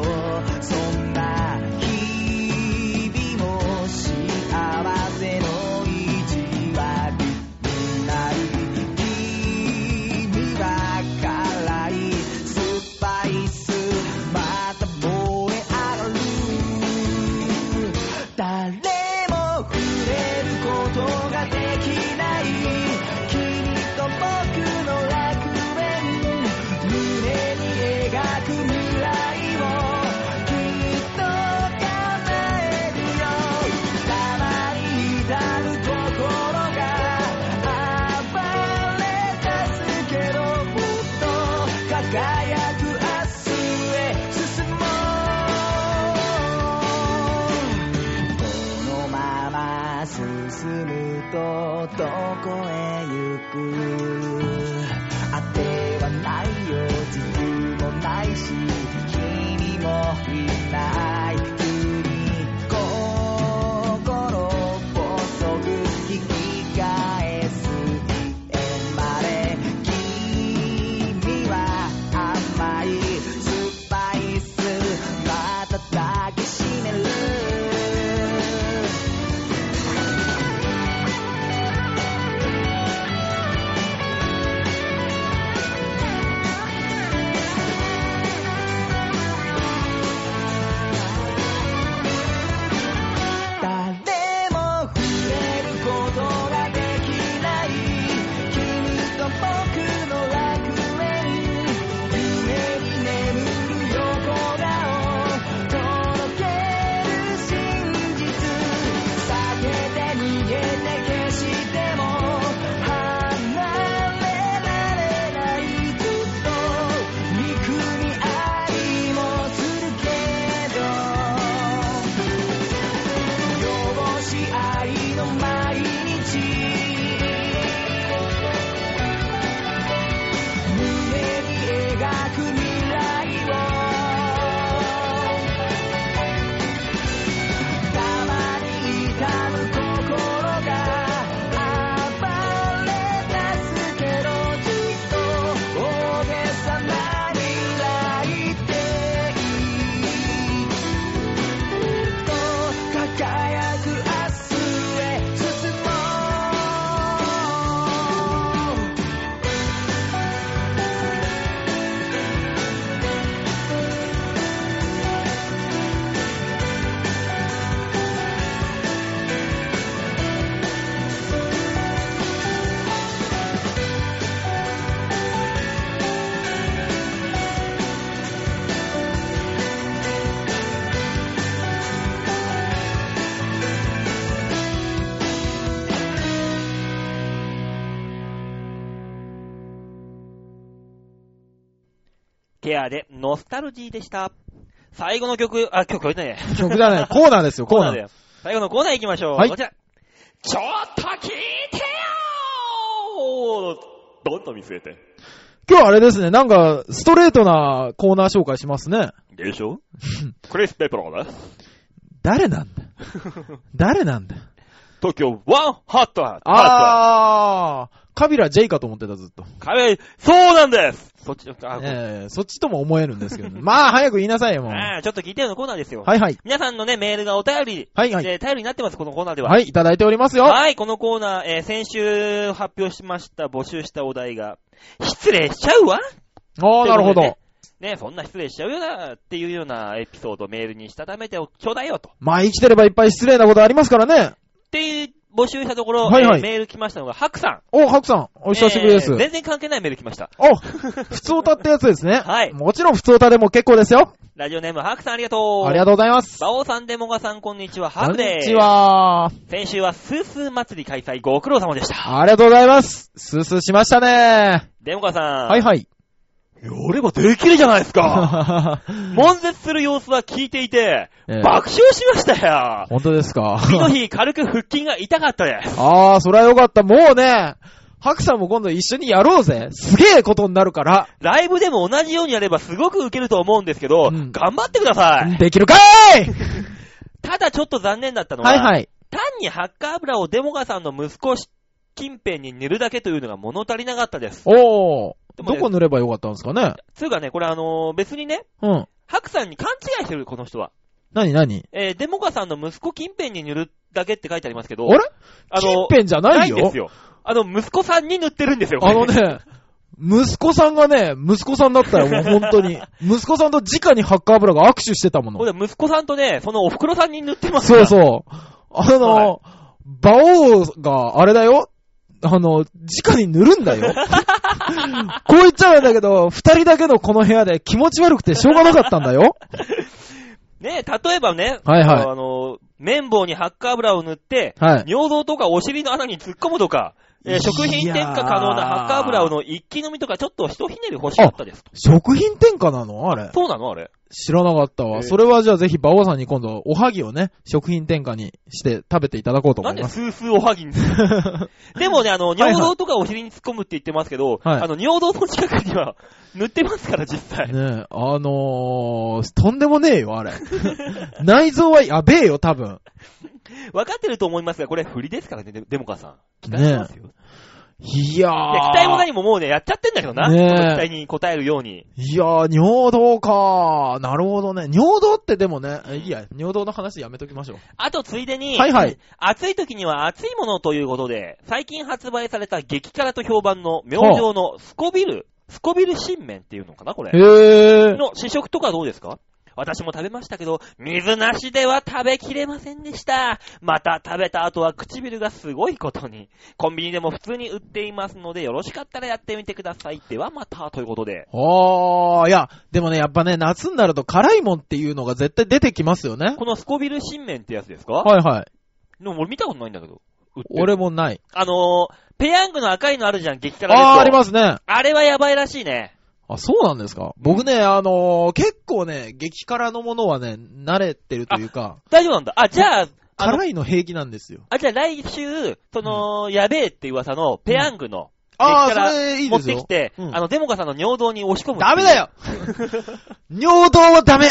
Speaker 5: そんな日々も幸せの一割になる君は辛いスパイスまた燃え上がる誰も触れることができない君と僕の楽園胸に描く未来をきっと叶えるよたまに至るところが暴れ出すけどもっと輝く明日へ進もうこのまま進むとどこへ行くあてはないよ自分もないし君もいない急に心細く引き返す生まれ君は甘いスパイスまた抱きしめる「君は辛いス
Speaker 1: ケアで、ノスタルジーでした。最後の曲、あ、曲書いてないね。
Speaker 3: 曲じゃない、コーナーですよ、コーナー。
Speaker 1: だよ。最後のコーナー行きましょう。
Speaker 3: はい
Speaker 1: こちら。ちょっと聞いてよー
Speaker 4: どんどん見据えて。
Speaker 3: 今日あれですね、なんか、ストレートなコーナー紹介しますね。
Speaker 4: でしょクリス・ペプローだ。
Speaker 3: 誰なん だ誰なんだ
Speaker 4: 東京ワンハットハットハ
Speaker 3: あー、カビラ J かと思ってた、ずっと。
Speaker 1: 壁、そうなんですそっち、あ、
Speaker 3: ええそっちとも思えるんですけどね。まあ、早く言いなさいよ、もう。は
Speaker 1: あーちょっと聞いてよのコーナーですよ。
Speaker 3: いはい。
Speaker 1: 皆さんのね、メールがお便り、
Speaker 3: はいはい
Speaker 1: で頼りになってます、このコーナーでは。
Speaker 3: はい、いただいておりますよ。
Speaker 1: はい、このコーナー、えー先週発表しました、募集したお題が、失礼しちゃうわ
Speaker 3: ああ、なるほ
Speaker 1: という
Speaker 3: ど
Speaker 1: こ。ね、そんな失礼しちゃうよな、っていうようなエピソードをメールにしたためておちょうだいよと。
Speaker 3: まあ、生きてればいっぱい失礼なことありますからね。
Speaker 1: っていう、募集したところ、
Speaker 3: はいはい
Speaker 1: えーメール来ましたのが、ハクさん。
Speaker 3: お、ハクさん、お久しぶりです
Speaker 1: えー。全然関係ないメール来ま した。
Speaker 3: お、普通歌ってやつですね。
Speaker 1: はい
Speaker 3: もちろん普通歌でも結構ですよ。
Speaker 1: ラジオネーム、ハクさんありがとう。
Speaker 3: ありがとうございます。
Speaker 1: バオさん、デモガさん、こんにちは。ハ
Speaker 3: こ
Speaker 1: ク
Speaker 3: ん
Speaker 1: です。
Speaker 3: にち。は。
Speaker 1: 先週はスースー祭り開催、ご苦労様でした。
Speaker 3: ありがとうございます。スースーしましたね。
Speaker 1: デモガさん。
Speaker 3: はいはい。
Speaker 1: 俺ができるじゃないです か。
Speaker 3: 本
Speaker 1: 悶絶する様子は聞いていて、爆笑しましたよ。
Speaker 3: 当ですか。
Speaker 1: 次の日、軽く腹筋が痛かったです。
Speaker 3: ああ、そりゃよかった。もうね、ハクさんも今度一緒にやろうぜ。すげえことになるから。
Speaker 1: ライブでも同じようにやればすごくウケると思うんですけど、
Speaker 3: うん
Speaker 1: 頑張ってください。
Speaker 3: できるか い
Speaker 1: ただちょっと残念だったのは、
Speaker 3: はいはい。
Speaker 1: 単にハッカー油をデモガさんの息子近辺に塗るだけというのが物足りなかったです。
Speaker 3: おー。
Speaker 1: でも
Speaker 3: ど
Speaker 1: ね
Speaker 3: こ塗ればよかったんですかね
Speaker 1: つうかね、これあのー別にね、
Speaker 3: うん。
Speaker 1: ハクさんに勘違いしてる、この人は。
Speaker 3: なになに
Speaker 1: えーデモガさんの息子近辺に塗るだけって書いてありますけど、
Speaker 3: あれ
Speaker 1: あ
Speaker 3: 近
Speaker 1: の
Speaker 3: 辺じゃないよ
Speaker 1: ないんですよ。あの、息子さんに塗ってるんですよ。こ
Speaker 3: あ
Speaker 1: れ
Speaker 3: の。ね、息子さんがね、息子さんだったよ、もう本当に。息子さんと直にハッカー油が握手してたも
Speaker 1: こ
Speaker 3: の。
Speaker 1: れ息子さんとね、そのお袋さんに塗ってますか
Speaker 3: そう
Speaker 1: ら
Speaker 3: そう。あの、馬王があれだよ。あの、直に塗るんだよ。 こう言っちゃうんだけど、二人だけのこの部屋で気持ち悪くてしょうがなかったんだよ。
Speaker 1: ね、例えばね、
Speaker 3: はいはい
Speaker 1: あのあの、綿棒にハッカー油を塗って、
Speaker 3: はい。
Speaker 1: 尿道とかお尻の穴に突っ込むとか、えー食品添加可能なハッカー油の一気飲みとか、ちょっとひとひねり欲しかったです。
Speaker 3: 食品添加なのあれ。
Speaker 1: そうなのあれ。
Speaker 3: 知らなかったわ。
Speaker 1: ええ
Speaker 3: それはじゃあぜひ馬王さんに今度、おはぎをね、食品添加にして食べていただこうと
Speaker 1: な
Speaker 3: 思
Speaker 1: ん
Speaker 3: い
Speaker 1: で
Speaker 3: ます。
Speaker 1: スースーおはぎに でもね、あの、
Speaker 3: いはい
Speaker 1: 尿道とかお尻に突っ込むって言ってますけど、
Speaker 3: はい
Speaker 1: あの、尿道の近くには塗ってますから、実際。
Speaker 3: ねえ、あのー、とんでもねえよ、あれ。内臓はやべえよ、多分。
Speaker 1: わかってると思いますが、これ振りですからね、デデモカさん。期待し
Speaker 3: ね
Speaker 1: ますよ。
Speaker 3: え。
Speaker 1: い
Speaker 3: いや
Speaker 1: や期待も
Speaker 3: ー。
Speaker 1: 何ももうね、やっちゃってんだけどな。
Speaker 3: ねえ
Speaker 1: この期待に応えるように。
Speaker 3: いやー、尿道かー。なるほどね。尿道ってでもね、いいや、尿道の話やめときましょ
Speaker 1: あと、ついでに、
Speaker 3: はいはい
Speaker 1: 暑い時には暑いものということで、最近発売された激辛と評判の明星のスコビル、スコビル新麺っていうのかな、こ
Speaker 3: う。
Speaker 1: れ。
Speaker 3: へえ。
Speaker 1: の試食とかどうですか私も食べましたけど、水なしでは食べきれませんでした。また食べた後は唇がすごいことに。コンビニでも普通に売っていますので、よろしかったらやってみてください。ではまた、ということで。
Speaker 3: あー、いや、でもね、やっぱね、夏になると辛いもんっていうのが絶対出てきますよね。
Speaker 1: このスコビル新麺ってやつですか、
Speaker 3: はいはい。
Speaker 1: でも俺見たことないんだけど。売ってる
Speaker 3: 俺もない。
Speaker 1: あのー、ペヤングの赤いのあるじゃん、激辛です
Speaker 3: あー、ありますね。
Speaker 1: あれはやばいらしいね。
Speaker 3: あ、そうなんですか僕ね、あのー、結構ね、激辛のものはね、慣れてるというか、
Speaker 1: 大丈夫なんだ。あ、じゃあ、あの、
Speaker 3: 辛いの平気なんですよ。
Speaker 1: あじゃあ来週、その、やべえって噂のペヤングの、
Speaker 3: あ
Speaker 1: 激
Speaker 3: ー、
Speaker 1: 辛
Speaker 3: それいい
Speaker 1: 持っ
Speaker 3: です
Speaker 1: て
Speaker 3: よ。
Speaker 1: きて、
Speaker 3: うん
Speaker 1: あの、デモカさんの尿道に押し込む。
Speaker 3: ダメだ よ尿道は ダメ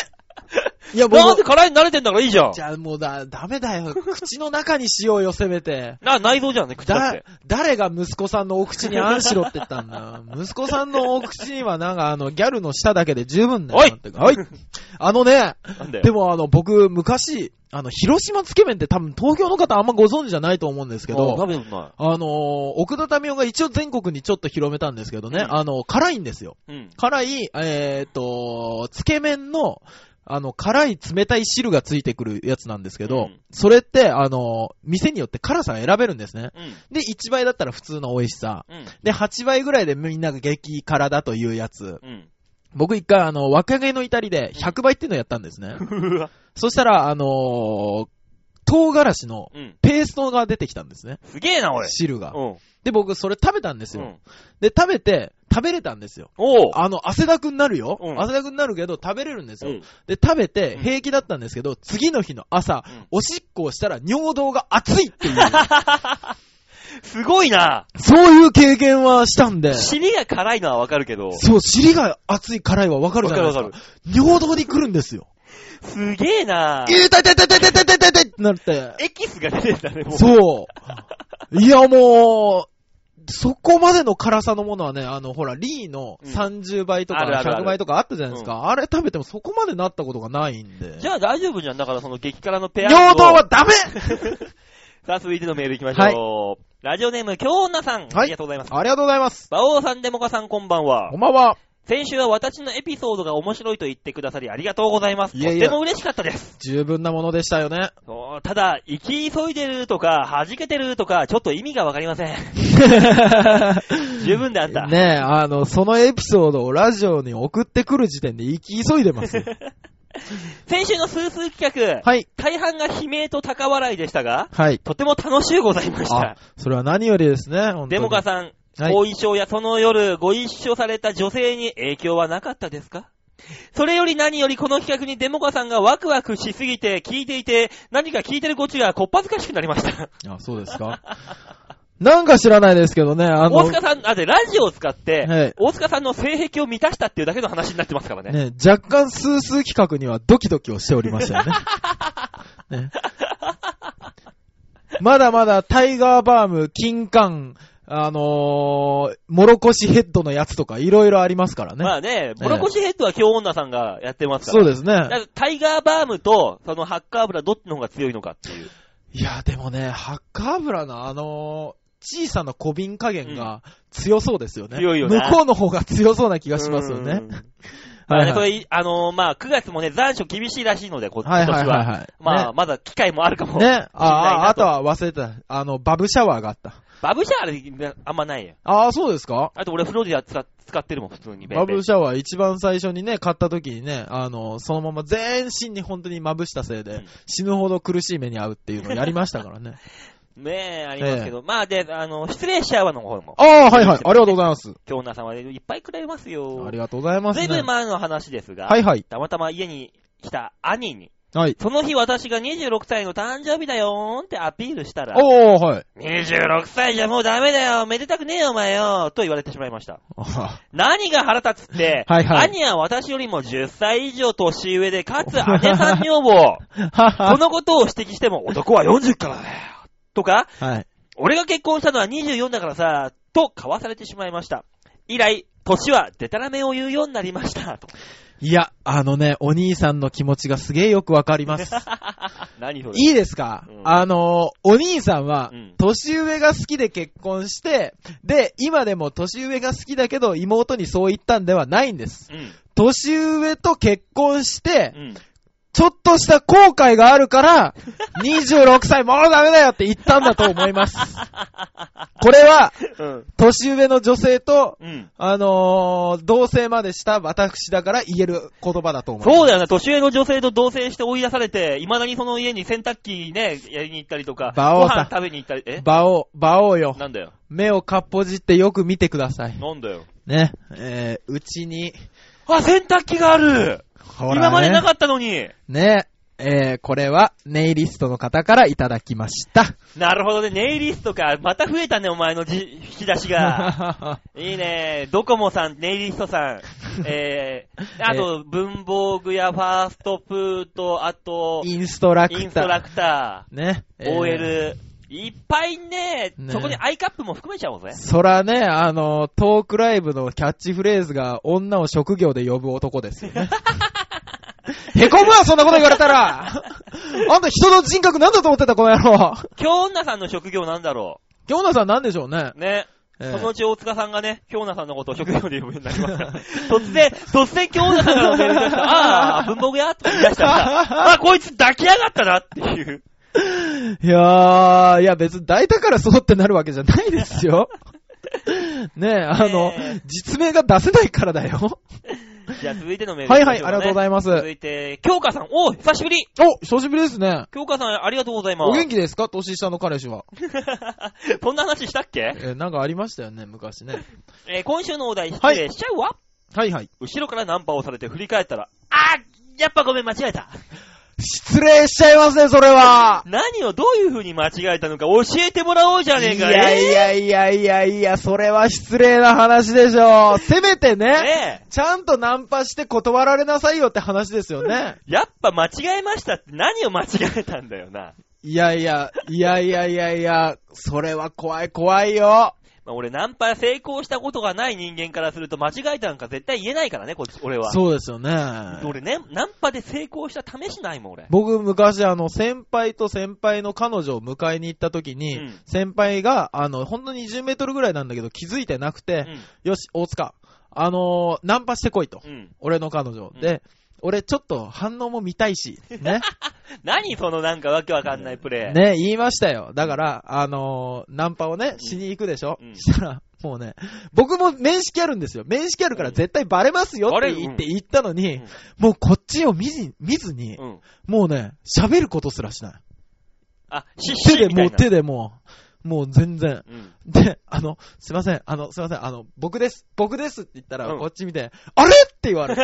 Speaker 3: いや、僕
Speaker 1: なんで辛いに慣れてんだからいいじゃん
Speaker 3: じ。ゃあもうだ、ダメだよ。口の中にしようよ、せめて。
Speaker 1: な、内臓じゃんね、口だっ
Speaker 3: だ
Speaker 1: て。、
Speaker 3: 誰が息子さんのお口にあんしろって言ったん だ。息子さんのお口にはなんかあの、ギャルの舌だけで十分だよ。
Speaker 1: おい
Speaker 3: なんてかおいあのね、
Speaker 1: なんだ
Speaker 3: で
Speaker 1: よ。
Speaker 3: もあの、僕、昔、あの、広島つけ麺って多分東京の方あんまご存知じゃないと思うんですけ
Speaker 1: あ
Speaker 3: ど、
Speaker 1: 食べてもな
Speaker 3: あのー、奥田民生が一応全国にちょっと広めたんですけど
Speaker 1: う
Speaker 3: ね、
Speaker 1: ん
Speaker 3: あの、辛いんですよ。
Speaker 1: い。うん。
Speaker 3: 辛い、えーっと、つけ麺の、あの、辛い冷たい汁がついてくるやつなんですけど、
Speaker 1: うん
Speaker 3: それって、あの、店によって辛さが選べるんですね。
Speaker 1: うん。
Speaker 3: で、1倍だったら普通の美味しさ。
Speaker 1: うん。
Speaker 3: で、8倍ぐらいでみんなが激辛だというやつ。
Speaker 1: うん。
Speaker 3: 僕一回、あの、若気の至りで100倍っていうのをやったんですね。
Speaker 1: うわ。
Speaker 3: そしたら、あのー唐辛子の
Speaker 1: うん。
Speaker 3: ペーストが出てきたんですね。
Speaker 1: すげえな、俺。
Speaker 3: 汁が
Speaker 1: う。ん。
Speaker 3: で、僕、それ食べたんです
Speaker 1: う
Speaker 3: よ。
Speaker 1: ん。
Speaker 3: で、食べて、食べれたんですよ。
Speaker 1: おう。
Speaker 3: あの、汗だくになるよ。
Speaker 1: うん
Speaker 3: 汗だくになるけど、食べれるんですよ。
Speaker 1: うん
Speaker 3: で、食べて、
Speaker 1: うん
Speaker 3: 平気だったんですけど、次の日の朝、
Speaker 1: うん
Speaker 3: おしっこをしたら尿道が熱いっていう、
Speaker 1: すごいな。
Speaker 3: そういう経験はしたんで、
Speaker 1: 尻が辛いのはわかるけど。
Speaker 3: そう、尻が熱い辛いはわかるじゃないですか。
Speaker 1: わかるわ
Speaker 3: 尿道に来るんですよ。
Speaker 1: すげえな。
Speaker 3: えー、痛い痛い痛い痛い痛い痛い痛い痛いってなって。
Speaker 1: エキスが出てたね、もう。
Speaker 3: そう。いや、もう、そこまでの辛さのものはね、あの、ほら、リーの
Speaker 1: うん
Speaker 3: 30倍とか
Speaker 1: あるあるある
Speaker 3: 100倍とかあったじゃないですか。あれ食べてもそこまでなったことがないんで。
Speaker 1: じゃあ大丈夫じゃん。だからその激辛のペア
Speaker 3: 尿道 はダメ
Speaker 1: さあ、続いてのメール行きましょう。ラジオネーム、京女さん。ありがとうございます。
Speaker 3: ありがとうございます。
Speaker 1: 馬王さん、デモカさん、こんばんは
Speaker 3: こん。ばんは。
Speaker 1: 先週は私のエピソードが面白いと言ってくださりありがとうございます。
Speaker 3: いやい
Speaker 1: と
Speaker 3: や
Speaker 1: ても嬉しかったです。
Speaker 3: 十分なものでしたよね。
Speaker 1: そうただ、生き急いでるとか、弾けてるとか、ちょっと意味がわかりません。十分であ った。
Speaker 3: ねえ、あの、そのエピソードをラジオに送ってくる時点で行き急いで ますよ。
Speaker 1: 先週のスースー企画、
Speaker 3: はい。
Speaker 1: 大半が悲鳴と高笑いでしたが、
Speaker 3: はい。
Speaker 1: とても楽しゅうございまし
Speaker 3: あ
Speaker 1: た。、
Speaker 3: それは何よりですね、本当に
Speaker 1: デモカさん、
Speaker 3: はい
Speaker 1: 後遺症やその夜ご一緒された女性に影響はなかったですかそれより何よりこの企画にデモカさんがワクワクしすぎて聞いていて、何か聞いてるこっちがこっぱずかしくなりました。
Speaker 3: あ、そうですか。なんか知らないですけどね、あの、
Speaker 1: 大塚さん、あ、で、ラジオを使って、
Speaker 3: はい
Speaker 1: 大塚さんの性癖を満たしたっていうだけの話になってますからね。
Speaker 3: ね、若干スースー企画にはドキドキをしており ましたよね。ねまだまだタイガーバーム、金管、あのー、もろこしヘッドのやつとかいろいろありますからね。
Speaker 1: まあね、ボロコシヘッドは京女さんがやってますか
Speaker 3: そ
Speaker 1: ら。
Speaker 3: うです
Speaker 1: だか
Speaker 3: ね。
Speaker 1: らタイガーバームと、そのハッカーブラどっちの方が強いのかっていう。
Speaker 3: いや、でもね、ハッカーブラのあのー小さな小瓶加減が強そうですよ
Speaker 1: う
Speaker 3: ね。
Speaker 1: ん強いよね
Speaker 3: 向こうの方が強そうな気がしますよね
Speaker 1: うん。。まあ
Speaker 3: は
Speaker 1: ね
Speaker 3: い
Speaker 1: そ
Speaker 3: はい
Speaker 1: れ、あのーまあ、9月もね、残暑厳しいらしいので、こ
Speaker 3: は
Speaker 1: 今
Speaker 3: い
Speaker 1: 年は。
Speaker 3: はいはいはい。
Speaker 1: まあ、
Speaker 3: ね
Speaker 1: まだ機会もあるかも。
Speaker 3: ね。ああ、あと
Speaker 1: と
Speaker 3: は忘れてた。あの、バブシャワーがあった。
Speaker 1: バブシャーあんまないよ。
Speaker 3: ああ、そうですか
Speaker 1: あと俺フロリダ使使ってるもん、普通に。
Speaker 3: バブ
Speaker 1: シ
Speaker 3: シャワー一番最初にね、買った時にね、あの、そのまま全身に本当にまぶしたせいで、
Speaker 1: うん
Speaker 3: 死ぬほど苦しい目に遭うっていうのをやりましたか らね。
Speaker 1: ねえ、ありますけど。まあ、で、あの、失礼しちゃうの方も。
Speaker 3: ああ、はいはい。ありがとうございます。
Speaker 1: 京奈さんはねいっぱいくれますよ。
Speaker 3: ありがとうございます、
Speaker 1: ず
Speaker 3: ね。
Speaker 1: いぶん前の話ですが、
Speaker 3: はいはい。
Speaker 1: たまたま家に来た兄に、
Speaker 3: はい。
Speaker 1: その日私が26歳の誕生日だよーんってアピールしたら、
Speaker 3: おー、はい。
Speaker 1: 26歳じゃもうダメだよ、めでたくねえよお前よ、と言われてしまいました。
Speaker 3: あは
Speaker 1: 何が腹立つって、
Speaker 3: はいはい
Speaker 1: 兄は私よりも10歳以上年上で、かつ姉さん女房、そ
Speaker 3: は。
Speaker 1: のことを指摘しても男は40からだよ、とか、
Speaker 3: はい。
Speaker 1: 俺が結婚したのは24だからさ、と交わされてしまいました。以来、年はデタラメを言うようになりました。と
Speaker 3: いや、あのね、お兄さんの気持ちがすげえよくわかります。
Speaker 1: 何それ
Speaker 3: いいですか、
Speaker 1: うん
Speaker 3: あの、お兄さんは、
Speaker 1: うん
Speaker 3: 年上が好きで結婚して、で、今でも年上が好きだけど、妹にそう言ったんではないんです。
Speaker 1: うん。
Speaker 3: 年上と結婚して、
Speaker 1: うん。
Speaker 3: ちょっとした後悔がある から、26歳もうダメだよって言ったんだと思います。これは、
Speaker 1: うん。
Speaker 3: 年上の女性と、
Speaker 1: うん。
Speaker 3: あのー同棲までした私だから言える言葉だと思います。
Speaker 1: そうだよね、年上の女性と同棲して追い出されて、未だにその家に洗濯機ね、やりに行ったりとか、
Speaker 3: 馬王
Speaker 1: ご
Speaker 3: さん
Speaker 1: 飯食べに行ったり、え
Speaker 3: バオ、バオよ。
Speaker 1: なんだよ。
Speaker 3: 目をかっぽじってよく見てください。
Speaker 1: なんだよ。
Speaker 3: ね、えー、うちに、
Speaker 1: あ、洗濯機がある
Speaker 3: ほら、ね、
Speaker 1: 今までなかったのに
Speaker 3: ね、えー、これはネイリストの方からいただきました。
Speaker 1: なるほどね、ネイリストか。また増えたね、お前のじ引き出しが。 いいねドコモさん、ネイリストさん。 えー、あと、文房具屋、ファーストフード、あと、
Speaker 3: インストラクター。
Speaker 1: インストラクタ
Speaker 3: ね、
Speaker 1: ー、OL。いっぱいね、
Speaker 3: ね
Speaker 1: そこにアイカップも含めちゃおうぜ。
Speaker 3: そらね、あの、トークライブのキャッチフレーズが、女を職業で呼ぶ男ですよ ね。へこむわ、そんなこと言われ たらあんた人の人格なんだと思ってた、この野郎
Speaker 1: 京女さんの職業なんだろ
Speaker 3: 京奈さんなんでしょうね。
Speaker 1: う。ね。
Speaker 3: え
Speaker 1: そ
Speaker 3: ー
Speaker 1: のうち大塚さんがね、京奈さんのことを職業で呼ぶようになります から。突然、突然京奈さんからのメールが来た。ああ、文房具屋って言い出した ら、あ、こいつ抱き上がったなっていう。
Speaker 3: いやー、いや別に抱いたからそうってなるわけじゃな いですよ。ねえ、あの、
Speaker 1: ねえ
Speaker 3: 実名が出せないからだよ。
Speaker 1: じゃあ続いてのメール、
Speaker 3: はいはい、ありがとうござ
Speaker 1: い
Speaker 3: います。
Speaker 1: 続いて、京香さん。おう久しぶり
Speaker 3: お、久しぶりですね。
Speaker 1: 京香さん、ありがとうございます。
Speaker 3: お元気ですか年下の彼氏は。
Speaker 1: そんな話したっけ
Speaker 3: えー、なんかありましたよね、昔ね。
Speaker 1: えー今週のお題、失礼しちゃうわ、
Speaker 3: はいはい。
Speaker 1: 後ろからナンパをされて振り返ったら、あーやっぱごめん、間違えた。
Speaker 3: 失礼しちゃいますね、それは。
Speaker 1: 何をどういう風に間違えたのか教えてもらおうじゃ
Speaker 3: い
Speaker 1: ねえか。
Speaker 3: やいやいやいやいや、それは失礼な話でしょう。せめ
Speaker 1: え
Speaker 3: て
Speaker 1: ー
Speaker 3: ね、
Speaker 1: ねえ
Speaker 3: ちゃんとナンパして断られなさいよって話ですよね。
Speaker 1: やっぱ間違えましたって何を間違えたんだよな。
Speaker 3: いやいや、いやいやいやいや、それは怖い怖いよ。
Speaker 1: まあ、俺ナンパ成功したことがない人間からすると間違えたなんか絶対言えないからね、こっち、俺は。
Speaker 3: そうですよね。
Speaker 1: 俺ね、ナンパで成功した試しないもん、俺。
Speaker 3: 僕、昔、あの、先輩と先輩の彼女を迎えに行った時に、
Speaker 1: うん
Speaker 3: 先輩が、あの、ほんの20メートルぐらいなんだけど気づいてなくて、よし、大塚、あのーナンパしてこいと。
Speaker 1: うん。うん。
Speaker 3: 俺の彼女。
Speaker 1: うん
Speaker 3: で、俺ちょっと反応も見たいし、ね。
Speaker 1: 何そのなんかわけわかんないプレイ。
Speaker 3: ね、言いましたよ。だから、あのーナンパをね、しに行くでしょ。
Speaker 1: うん
Speaker 3: したら、もうね、僕も面識あるんですよ。面識あるから絶対バレますよって言って言ったのに、
Speaker 1: うん
Speaker 3: もうこっちを見ず見ずに、
Speaker 1: うん。
Speaker 3: もうね、喋ることすらしない。
Speaker 1: あ、し
Speaker 3: 手で
Speaker 1: みた
Speaker 3: も
Speaker 1: いうな
Speaker 3: 手でもう、もう全然。
Speaker 1: うん。
Speaker 3: で、あの、すいません、あの、すいません、あの、僕です、僕ですって言ったら、
Speaker 1: うん
Speaker 3: こっち見て、あれって言わ れる。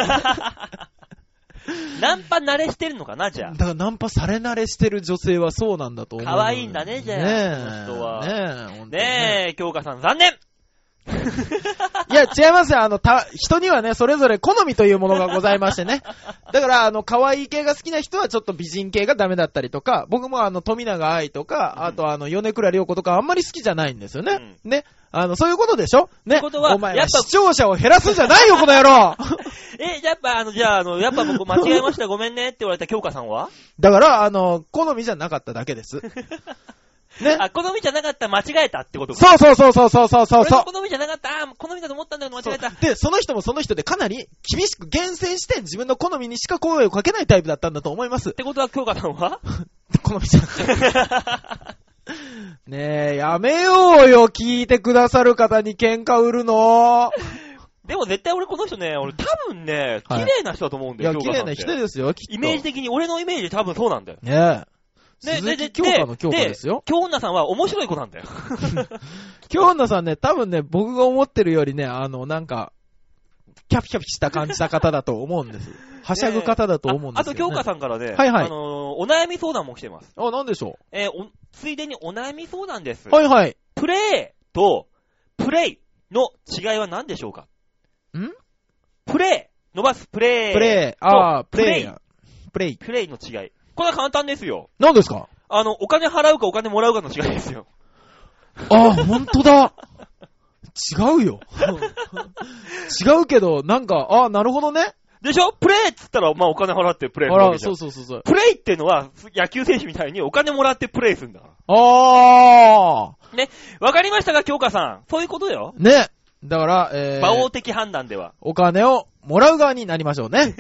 Speaker 1: ナンパ慣れしてるのかな、じゃあ
Speaker 3: だ。からナンパされ慣れしてる女性はそうなんだと思う。
Speaker 1: 可愛いんだねじゃあ
Speaker 3: ねえ。
Speaker 1: この人は
Speaker 3: ねえ、ほんとにね
Speaker 1: ねえ、京香さん、残念
Speaker 3: いや、違いますよ。あの、た、人にはね、それぞれ好みというものがございましてね。だから、あの、可愛い系が好きな人はちょっと美人系がダメだったりとか、僕もあの、富永愛と
Speaker 1: うん
Speaker 3: か、あとあの、米倉涼子とかあんまり好きじゃないんですよね。ね。あの、そういうことでしょ
Speaker 1: って
Speaker 3: ね。
Speaker 1: ことは
Speaker 3: お前
Speaker 1: やっ
Speaker 3: は
Speaker 1: ぱ
Speaker 3: 視聴者を減らすんじゃないよ、この野郎
Speaker 1: え、やっぱ、あの、じゃあ、あの、やっぱ僕間違えました、ごめんねって言われた京香さんは
Speaker 3: だから、あの、好みじゃなかっただけ です。ね。
Speaker 1: あ、好みじゃなかった、間違えたってことか。
Speaker 3: そうそうそうそうそうそうそう
Speaker 1: 俺
Speaker 3: そう
Speaker 1: の。好みじゃなかった、あー、好みだと思ったんだけど間違えた。
Speaker 3: で、その人もその人でかなり厳しく厳選して自分の好みにしか声をかけないタイプだったんだと思います
Speaker 1: っ。てことは、京香さんは
Speaker 3: 好みじゃなくて ねえ、やめようよ、聞いてくださる方に喧嘩売るの。
Speaker 1: でも絶対俺この人ね、俺多分ね、綺
Speaker 3: はい
Speaker 1: 麗な人だと思うん
Speaker 3: い
Speaker 1: だよ、京
Speaker 3: や、綺
Speaker 1: 香さ
Speaker 3: 麗
Speaker 1: んっ
Speaker 3: な
Speaker 1: て
Speaker 3: 人ですよ、きっと。
Speaker 1: イメージ的に、俺のイメージ多分そうなんだよ。
Speaker 3: ねえ。
Speaker 1: ね
Speaker 3: 鈴
Speaker 1: でで
Speaker 3: 木京香の京香ですよ。
Speaker 1: 京女さんは面白い子なんだよ。
Speaker 3: 京女さんね、多分ね、僕が思ってるよりね、あの、なんか、キャピキャピした感じた方だと思う んです。はしゃぐ方だと思うん
Speaker 1: あ
Speaker 3: で
Speaker 1: あ
Speaker 3: すよ、
Speaker 1: と、
Speaker 3: ね。
Speaker 1: 京香さんからね、
Speaker 3: はいはい
Speaker 1: あのーお悩み相談も来てます。
Speaker 3: あ、なんでしょ
Speaker 1: えーおついでにお悩み相談です
Speaker 3: う。。はいはい。
Speaker 1: プレイと、プレイの違いは何でしょうか
Speaker 3: ん
Speaker 1: プレイ伸ばすプレイ
Speaker 3: プレイ、あー、プレイや。プレイ。
Speaker 1: プレイの違い。これは簡単ですよ。
Speaker 3: 何ですか
Speaker 1: あの、お金払うかお金もらうかの違いですよ。
Speaker 3: あ、ほんとだ。違うよ。違うけど、なんか、あ、なるほどね。
Speaker 1: でしょプレイっつったら、まあお金払ってプレイ
Speaker 3: あ
Speaker 1: するわ
Speaker 3: ら、
Speaker 1: けじゃ
Speaker 3: そ
Speaker 1: ん
Speaker 3: うそうそうそう。
Speaker 1: プレイってのは、野球選手みたいにお金もらってプレイするんだから。
Speaker 3: あ
Speaker 1: わかりましたか、京香さん。そういうことよ。
Speaker 3: ー。ね。だから、え
Speaker 1: 馬王
Speaker 3: ー、
Speaker 1: 的判断では。
Speaker 3: お金をもらう側になりましょ うね。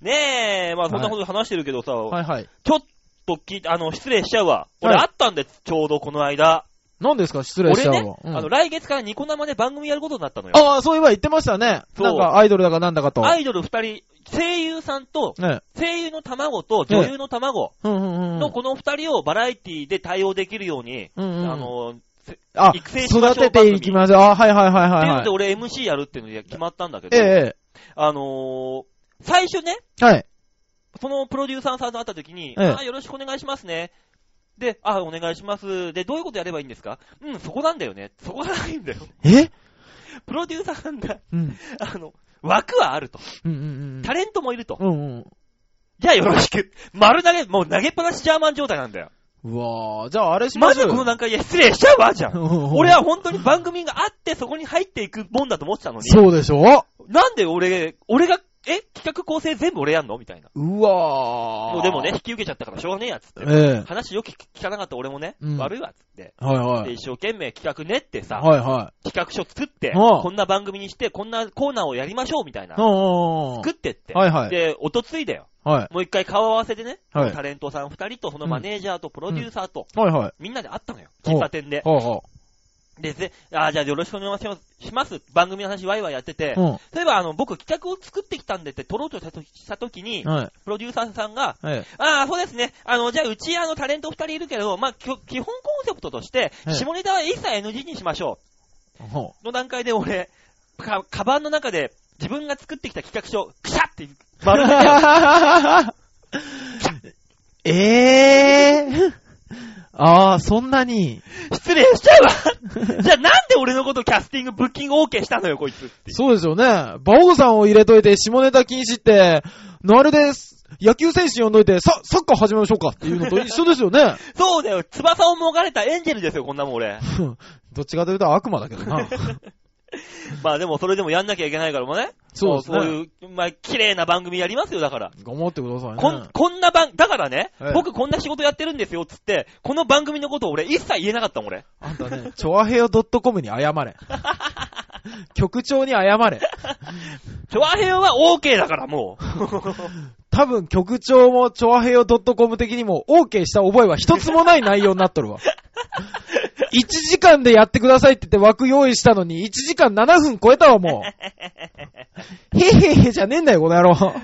Speaker 1: ねえ、まあそんなこと話してるけどさ、
Speaker 3: はいはい。
Speaker 1: ちょっと聞いて、あの、失礼しちゃうわ。俺
Speaker 3: はい
Speaker 1: あったんで、ちょうどこの間。
Speaker 3: 何ですか失礼し
Speaker 1: 俺
Speaker 3: ちゃう
Speaker 1: ね
Speaker 3: わ。、うん
Speaker 1: あの、来月からニコ生で番組やることになったのよ。
Speaker 3: ああ、そういえば言ってましたね。
Speaker 1: そう
Speaker 3: なんかアイドルだかなんだかと。
Speaker 1: ア
Speaker 3: ね
Speaker 1: イドル二人、声優さんと、
Speaker 3: え。
Speaker 1: 声優の卵と女優の卵
Speaker 3: うんうんうん。
Speaker 1: のこの二人をバラエティで対応できるように、あ
Speaker 3: うんうんうん
Speaker 1: の、せ
Speaker 3: あ、
Speaker 1: 育成しましょう
Speaker 3: 育てていきましょう。あ、はいはいはい
Speaker 1: って
Speaker 3: はいいうは
Speaker 1: ので
Speaker 3: い。
Speaker 1: 俺 MC やるっていうので決まったんだけど、
Speaker 3: ええ
Speaker 1: あのー最初ね、
Speaker 3: ええ、はい。
Speaker 1: そのプロデューサーさんと会った時に、
Speaker 3: ええ
Speaker 1: あ、よろしくお願いしますね。で、あ、お願いします。で、どういうことやればいいんですかうん、そこなんだよね。そこがないんだよ。
Speaker 3: え
Speaker 1: プロデューサーさんが、
Speaker 3: うん。
Speaker 1: あの、枠はあると。
Speaker 3: うんうん
Speaker 1: タレントもいると。
Speaker 3: うん。うんうん。
Speaker 1: じゃあよろしく。丸投げ、もう投げっぱなしジャーマン状態なんだよ。
Speaker 3: うわー、じゃああれしま
Speaker 1: ま
Speaker 3: しょ
Speaker 1: ず
Speaker 3: うよ。
Speaker 1: この段階で失礼しちゃうわ、じゃん。俺
Speaker 3: は。
Speaker 1: は本当に番組があってそこに入っていくもんだと思ってたのに。
Speaker 3: そうでしょ
Speaker 1: なんで俺、俺が、え企画構成全部俺やんのみたいな。
Speaker 3: うわ
Speaker 1: もう
Speaker 3: ー。
Speaker 1: でもね、引。き受けちゃったからしょうがねえや、つって。
Speaker 3: ええ。
Speaker 1: 話よく聞かなかった俺もね、
Speaker 3: うん
Speaker 1: 悪いわ、つって。
Speaker 3: はいは
Speaker 1: で、
Speaker 3: い。
Speaker 1: 一生懸命企画練ってさ、
Speaker 3: はいは
Speaker 1: 企画書作って、
Speaker 3: ああ。
Speaker 1: こんな番組にして、こんなコーナーをやりましょう、みたいない
Speaker 3: う。んうんうん
Speaker 1: 作ってって。
Speaker 3: はいはい
Speaker 1: で、おとついだよ。
Speaker 3: はい。
Speaker 1: もう一回顔合わせてね、
Speaker 3: はい
Speaker 1: タレントさん二人と、そのマネージャーとプロデューサーと、
Speaker 3: はいはい。
Speaker 1: みんなで会ったのよ。喫茶店で。
Speaker 3: はあは
Speaker 1: で、ぜ、あーじゃあよろしくお願いします。します。番組の話ワイワイやってて、
Speaker 3: うん。
Speaker 1: 例えばあの、僕企画を作ってきたんでって撮ろうとしたとした時に、
Speaker 3: はい。
Speaker 1: プロデューサーさんが、
Speaker 3: はい。
Speaker 1: ああ、そうですね。あの、じゃあ、うち、あの、タレント二人いるけど、まあ、きょ基本コンセプトとして、
Speaker 3: はい
Speaker 1: 下ネタは一切 NG にしましょ
Speaker 3: ほ
Speaker 1: う。の段階で俺、か、カバンの中で、自分が作ってきた企画書、くしゃって、丸めて、
Speaker 3: う。えー。ああ、そんなに。
Speaker 1: 失礼しちゃうわ じゃあ、なんで俺のことキャスティング、ブッキング OK したのよ、こいつっていう。
Speaker 3: そうですよね。バオさんを入れといて、下ネタ禁止って、なるです。野球選手呼んどいて、さ、サッカー始めましょうかっていうのと一緒ですよ ね。
Speaker 1: そうだよ、翼をもがれたエンジェルですよ、こんなもん俺。
Speaker 3: どっちかというと悪魔だけど な。
Speaker 1: まあでも、それでもやんなきゃいけないからもね。
Speaker 3: そうですね。
Speaker 1: そういう、まあ、綺麗な番組やりますよ、だから。
Speaker 3: 頑張ってくださいね。
Speaker 1: こん、こんな番、だからね、
Speaker 3: はい
Speaker 1: 僕こんな仕事やってるんですよ、つって、この番組のことを俺一切言えなかったもん、俺。
Speaker 3: あんた ね、チョアヘヨ .com に謝れ。 局長に謝れ。
Speaker 1: チョアヘヨは OK だから、もう。
Speaker 3: 多分局長もチョアヘヨ .com 的にも OK した覚えは一つもない内容になっとる わ。1時間でやってくださいって言って枠用意したのに1時間7分超えたわ、もう。へへへじゃねえんだよ、この野郎。
Speaker 1: だか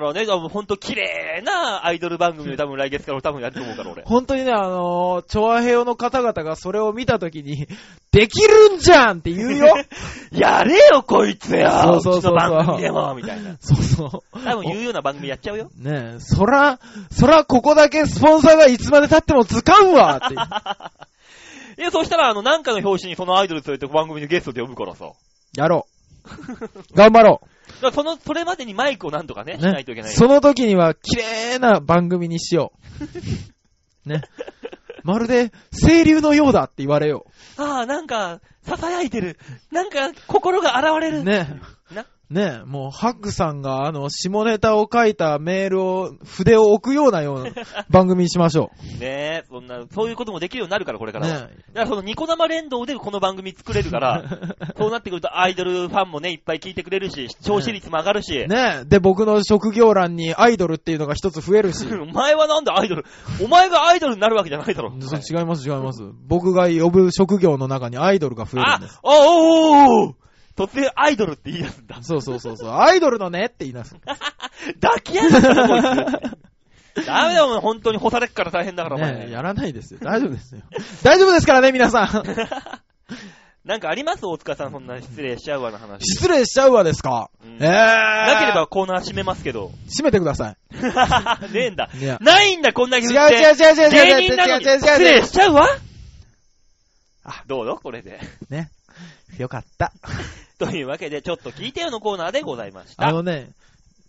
Speaker 1: らね、多分ほんと綺麗なアイドル番組を多分来月から多分やると思うから、俺。
Speaker 3: 本当にね、あのー、チョアヘヨの方々がそれを見たとき に、できるんじゃんって言うよ。
Speaker 1: やれよ、こいつや
Speaker 3: そうそうそうそう
Speaker 1: ちの番組でもみたい な。
Speaker 3: そうそう。
Speaker 1: 多分言うような番組やっちゃうよ。
Speaker 3: ねえ、そら、そらここだけスポンサーがいつまで経っても図鑑わ って。
Speaker 1: いや、そしたら、あの、なんかの表紙にそのアイドル連れて番組のゲストで呼ぶからさ。だか
Speaker 3: やろう。頑張ろ
Speaker 1: らその、それまでにマイクをなんとかね、
Speaker 3: う。
Speaker 1: しないといけない。
Speaker 3: その時には綺麗な番組にしよ う。ね。まるで、清流のようだって言われよ
Speaker 1: ああ、なんか、囁いてる。なんか、心が現れ
Speaker 3: う。
Speaker 1: る。
Speaker 3: ね
Speaker 1: な
Speaker 3: え。ねえ、もう、ハックさんが、あの、下ネタを書いたメールを、筆を置くようなよ うな番組にしましょ
Speaker 1: ねえ、そんな、そういうこともできるようになるから、これ
Speaker 3: う。
Speaker 1: からは。
Speaker 3: ね
Speaker 1: だからそのニコ生連動でこの番組作れるから、そうなってくるとアイドルファンもね、いっぱい聞いてくれるし、視聴視率も上がるし、
Speaker 3: え。ねえ。で、僕の職業欄にアイドルっていうのが一つ増えるし。
Speaker 1: お前はなんでアイドル、お前がアイドルになるわけじゃないだろ。
Speaker 3: そう違います、違います。僕が呼ぶ職業の中にアイドルが増える
Speaker 1: あ
Speaker 3: んです。、
Speaker 1: あおーおーおー突然アイドルって言い出すんだ。
Speaker 3: そうそうそうそう。 アイドルのねって言いなす。
Speaker 1: 抱き合うなこい つ。ダメだよ、お前本当に干されっから大変だから、お前。
Speaker 3: ねえやらないですよ。大丈夫ですよ。大丈夫ですからね、皆さ ん。
Speaker 1: なんかあります大塚さん、そんな失礼しちゃうわの話。
Speaker 3: 失礼しちゃうわですか。
Speaker 1: うん
Speaker 3: ええー。
Speaker 1: な
Speaker 3: な
Speaker 1: ければ。コーナー閉めますけど。
Speaker 3: 閉めてください。
Speaker 1: ねえんだ。
Speaker 3: いや
Speaker 1: ないんだ、こんだけ
Speaker 3: 違う
Speaker 1: 言って。
Speaker 3: 違う違う違う
Speaker 1: 芸
Speaker 3: 違う違う違う違う
Speaker 1: 人なのに
Speaker 3: 違う
Speaker 1: 失
Speaker 3: 違う違
Speaker 1: 礼
Speaker 3: う
Speaker 1: しちゃうわあ、どうぞ、これで。
Speaker 3: ね。よかった。
Speaker 1: というわけで、ちょっと聞いてよのコーナーでございまし
Speaker 3: あ
Speaker 1: た。
Speaker 3: のね、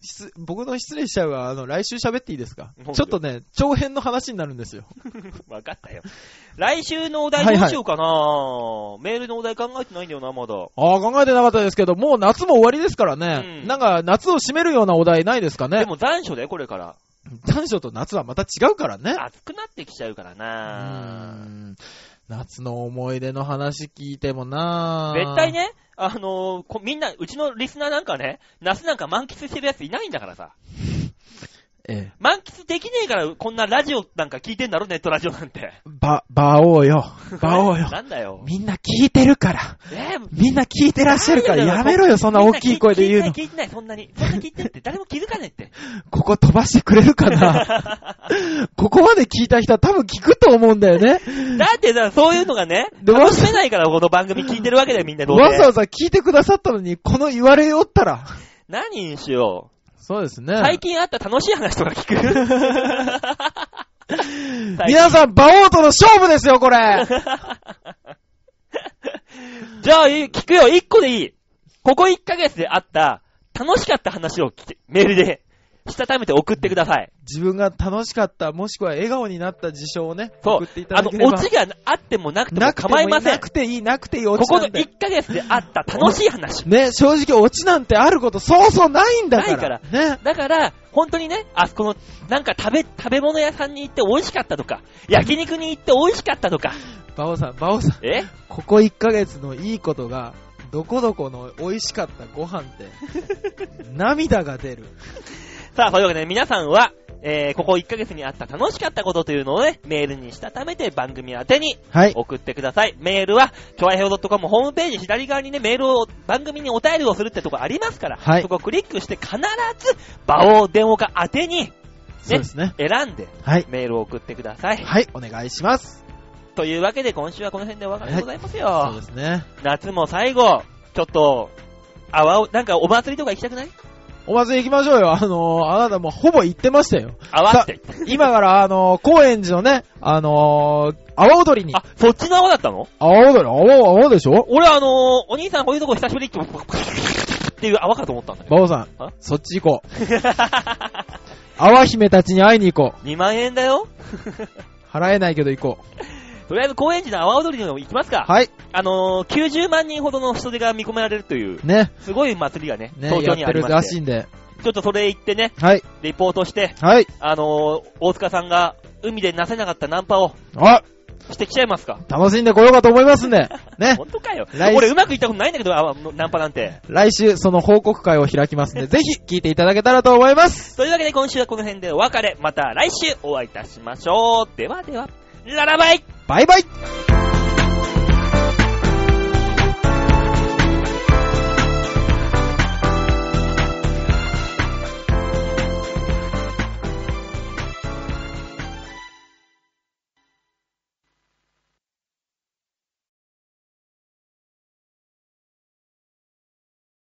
Speaker 3: 失僕の失礼しちゃうわ、あの、来週喋っていいですか
Speaker 1: もう
Speaker 3: ちょっとね、長編の話になるんですよ。
Speaker 1: わかったよ。来週のお題
Speaker 3: はい
Speaker 1: ど
Speaker 3: は
Speaker 1: う
Speaker 3: い
Speaker 1: しようかな、メールのお題考えてないんだよな、まだ。
Speaker 3: ああ、考えてなかったですけど、もう夏も終わりですからね。
Speaker 1: うん
Speaker 3: なんか、夏を締めるようなお題ないですかね
Speaker 1: で。も残暑だよ、これから。
Speaker 3: 短所と夏はまた違うからね。
Speaker 1: 暑くなってきちゃうから
Speaker 3: う
Speaker 1: な
Speaker 3: ーん夏の思い出の話聞いてもな
Speaker 1: 絶対。ね、あのーこみんな、うちのリスナーなんかね、夏なんか満喫してるやついないんだからさ。
Speaker 3: ええ。
Speaker 1: 満喫できねえから、こんなラジオなんか聞いてんだろ、ネットラジオなんて。
Speaker 3: ば、馬王 よ。馬王よ。
Speaker 1: なんだよ。
Speaker 3: みんな聞いてるから。
Speaker 1: ねえ
Speaker 3: みんな聞いてらっしゃるから、やめろよ、そんな大きい声で言うの。
Speaker 1: 聞いてない、聞いてない、そんなに。そんな聞いてるって、誰も気づかねえって。
Speaker 3: ここ飛ばしてくれるかな ここまで聞いた人は多分聞くと思うんだよね。
Speaker 1: だってさ、そういうのがね、
Speaker 3: でわ
Speaker 1: 楽し
Speaker 3: ざ
Speaker 1: めないから、この番組聞いてるわけだよ、みんなどう
Speaker 3: わざ
Speaker 1: せ。
Speaker 3: わざ聞いてくださったのに、この言われよったら。
Speaker 1: 何にしよ
Speaker 3: そうです
Speaker 1: う。
Speaker 3: ね
Speaker 1: 最近あった楽しい話とか聞く。最近
Speaker 3: 皆さん、馬王との勝負ですよ、これ。
Speaker 1: じゃあ、いい聞くよ、一個でいい。ここ1ヶ月であった、楽しかった話を聞けメールで、したためて送ってください。
Speaker 3: 自分が楽しかった、もしくは笑顔になった事象をね、
Speaker 1: そ
Speaker 3: 送
Speaker 1: う
Speaker 3: ってい。た
Speaker 1: あ
Speaker 3: だ
Speaker 1: の
Speaker 3: けれ、ば。
Speaker 1: オチがあってもなくても
Speaker 3: なくて
Speaker 1: 構
Speaker 3: もい
Speaker 1: い
Speaker 3: い
Speaker 1: ませ。
Speaker 3: なんくていい、なくていい、オ
Speaker 1: こ
Speaker 3: チ
Speaker 1: こ
Speaker 3: な
Speaker 1: の
Speaker 3: んて。
Speaker 1: 1ヶ月であった楽しい話。
Speaker 3: ね、正直オチなんてあることそうそうないんだから。
Speaker 1: ない
Speaker 3: ね。
Speaker 1: だから、本当にね、あそこの、なんか食べ、食べ物屋さんに行って美味しかったとか、焼肉に行って美味しかったとか、
Speaker 3: バオさん、バオさん、
Speaker 1: え
Speaker 3: ここ1ヶ月のいいことが、どこどこの美味しか ったご飯って、涙が出る。
Speaker 1: さあ、そういうわけで皆さんは、えー、ここ1ヶ月にあった楽しかったことというのをね、メールにしたためて番組宛てに
Speaker 3: はい。
Speaker 1: 送ってください。メールは、ちょあへお .com ホームページ左側にね、メールを、番組にお便りをするってとこありますから、
Speaker 3: はい
Speaker 1: そこをクリックして必ず、場を電話か宛てに
Speaker 3: そうですね。
Speaker 1: 選んで、
Speaker 3: はい。
Speaker 1: メールを送ってください。
Speaker 3: はい、お願いします。
Speaker 1: というわけで今週はこの辺でお別れでございますよ。
Speaker 3: そうですね。
Speaker 1: 夏も最後、ちょっと、あわお、なんかお祭りとか行きたくない
Speaker 3: お祭り行きましょうよ。あのー、あなたもうほぼ行ってました よ。
Speaker 1: あわって。
Speaker 3: 今から、あのー、高円寺のね、あのー、阿波踊りに。
Speaker 1: あ、そっちの泡だったの
Speaker 3: 阿波踊り、阿波、阿波でしょ
Speaker 1: 俺あのー、お兄さんこういうとこ久しぶりって、っていう泡かと思ったんだけど。
Speaker 3: 馬王さん
Speaker 1: あ、
Speaker 3: そっち行こう。阿波姫たちに会いに行こう。
Speaker 1: 2万円だよ。
Speaker 3: 払えないけど行こう。
Speaker 1: とりあえず高円寺の阿波踊りの行きますか。
Speaker 3: はい。
Speaker 1: あのー、90万人ほどの人手が見込められるという、
Speaker 3: ね。
Speaker 1: すごい祭りがね、
Speaker 3: ね、
Speaker 1: 東
Speaker 3: や
Speaker 1: 京
Speaker 3: っ
Speaker 1: に
Speaker 3: て
Speaker 1: あり
Speaker 3: る
Speaker 1: ま
Speaker 3: ら
Speaker 1: し、
Speaker 3: していんで。
Speaker 1: ちょっとそれ行ってね、
Speaker 3: はい。
Speaker 1: リポートして、
Speaker 3: はい。
Speaker 1: あのー、大塚さんが海でなせなかったナンパを
Speaker 3: あ、
Speaker 1: してきちゃいます か。
Speaker 3: 楽しんでこようかと思います んで。ね。
Speaker 1: 本当かよ。
Speaker 3: 来
Speaker 1: 俺うまくいったことないんだけど、あナンパなんて。
Speaker 3: 来週、その報告会を開きますんで、ぜひ聞いていただけたらと思います。
Speaker 1: というわけで今週はこの辺でお別れ。また来週お会いいたしましょう。ではでは、ララバイ
Speaker 3: バイバイ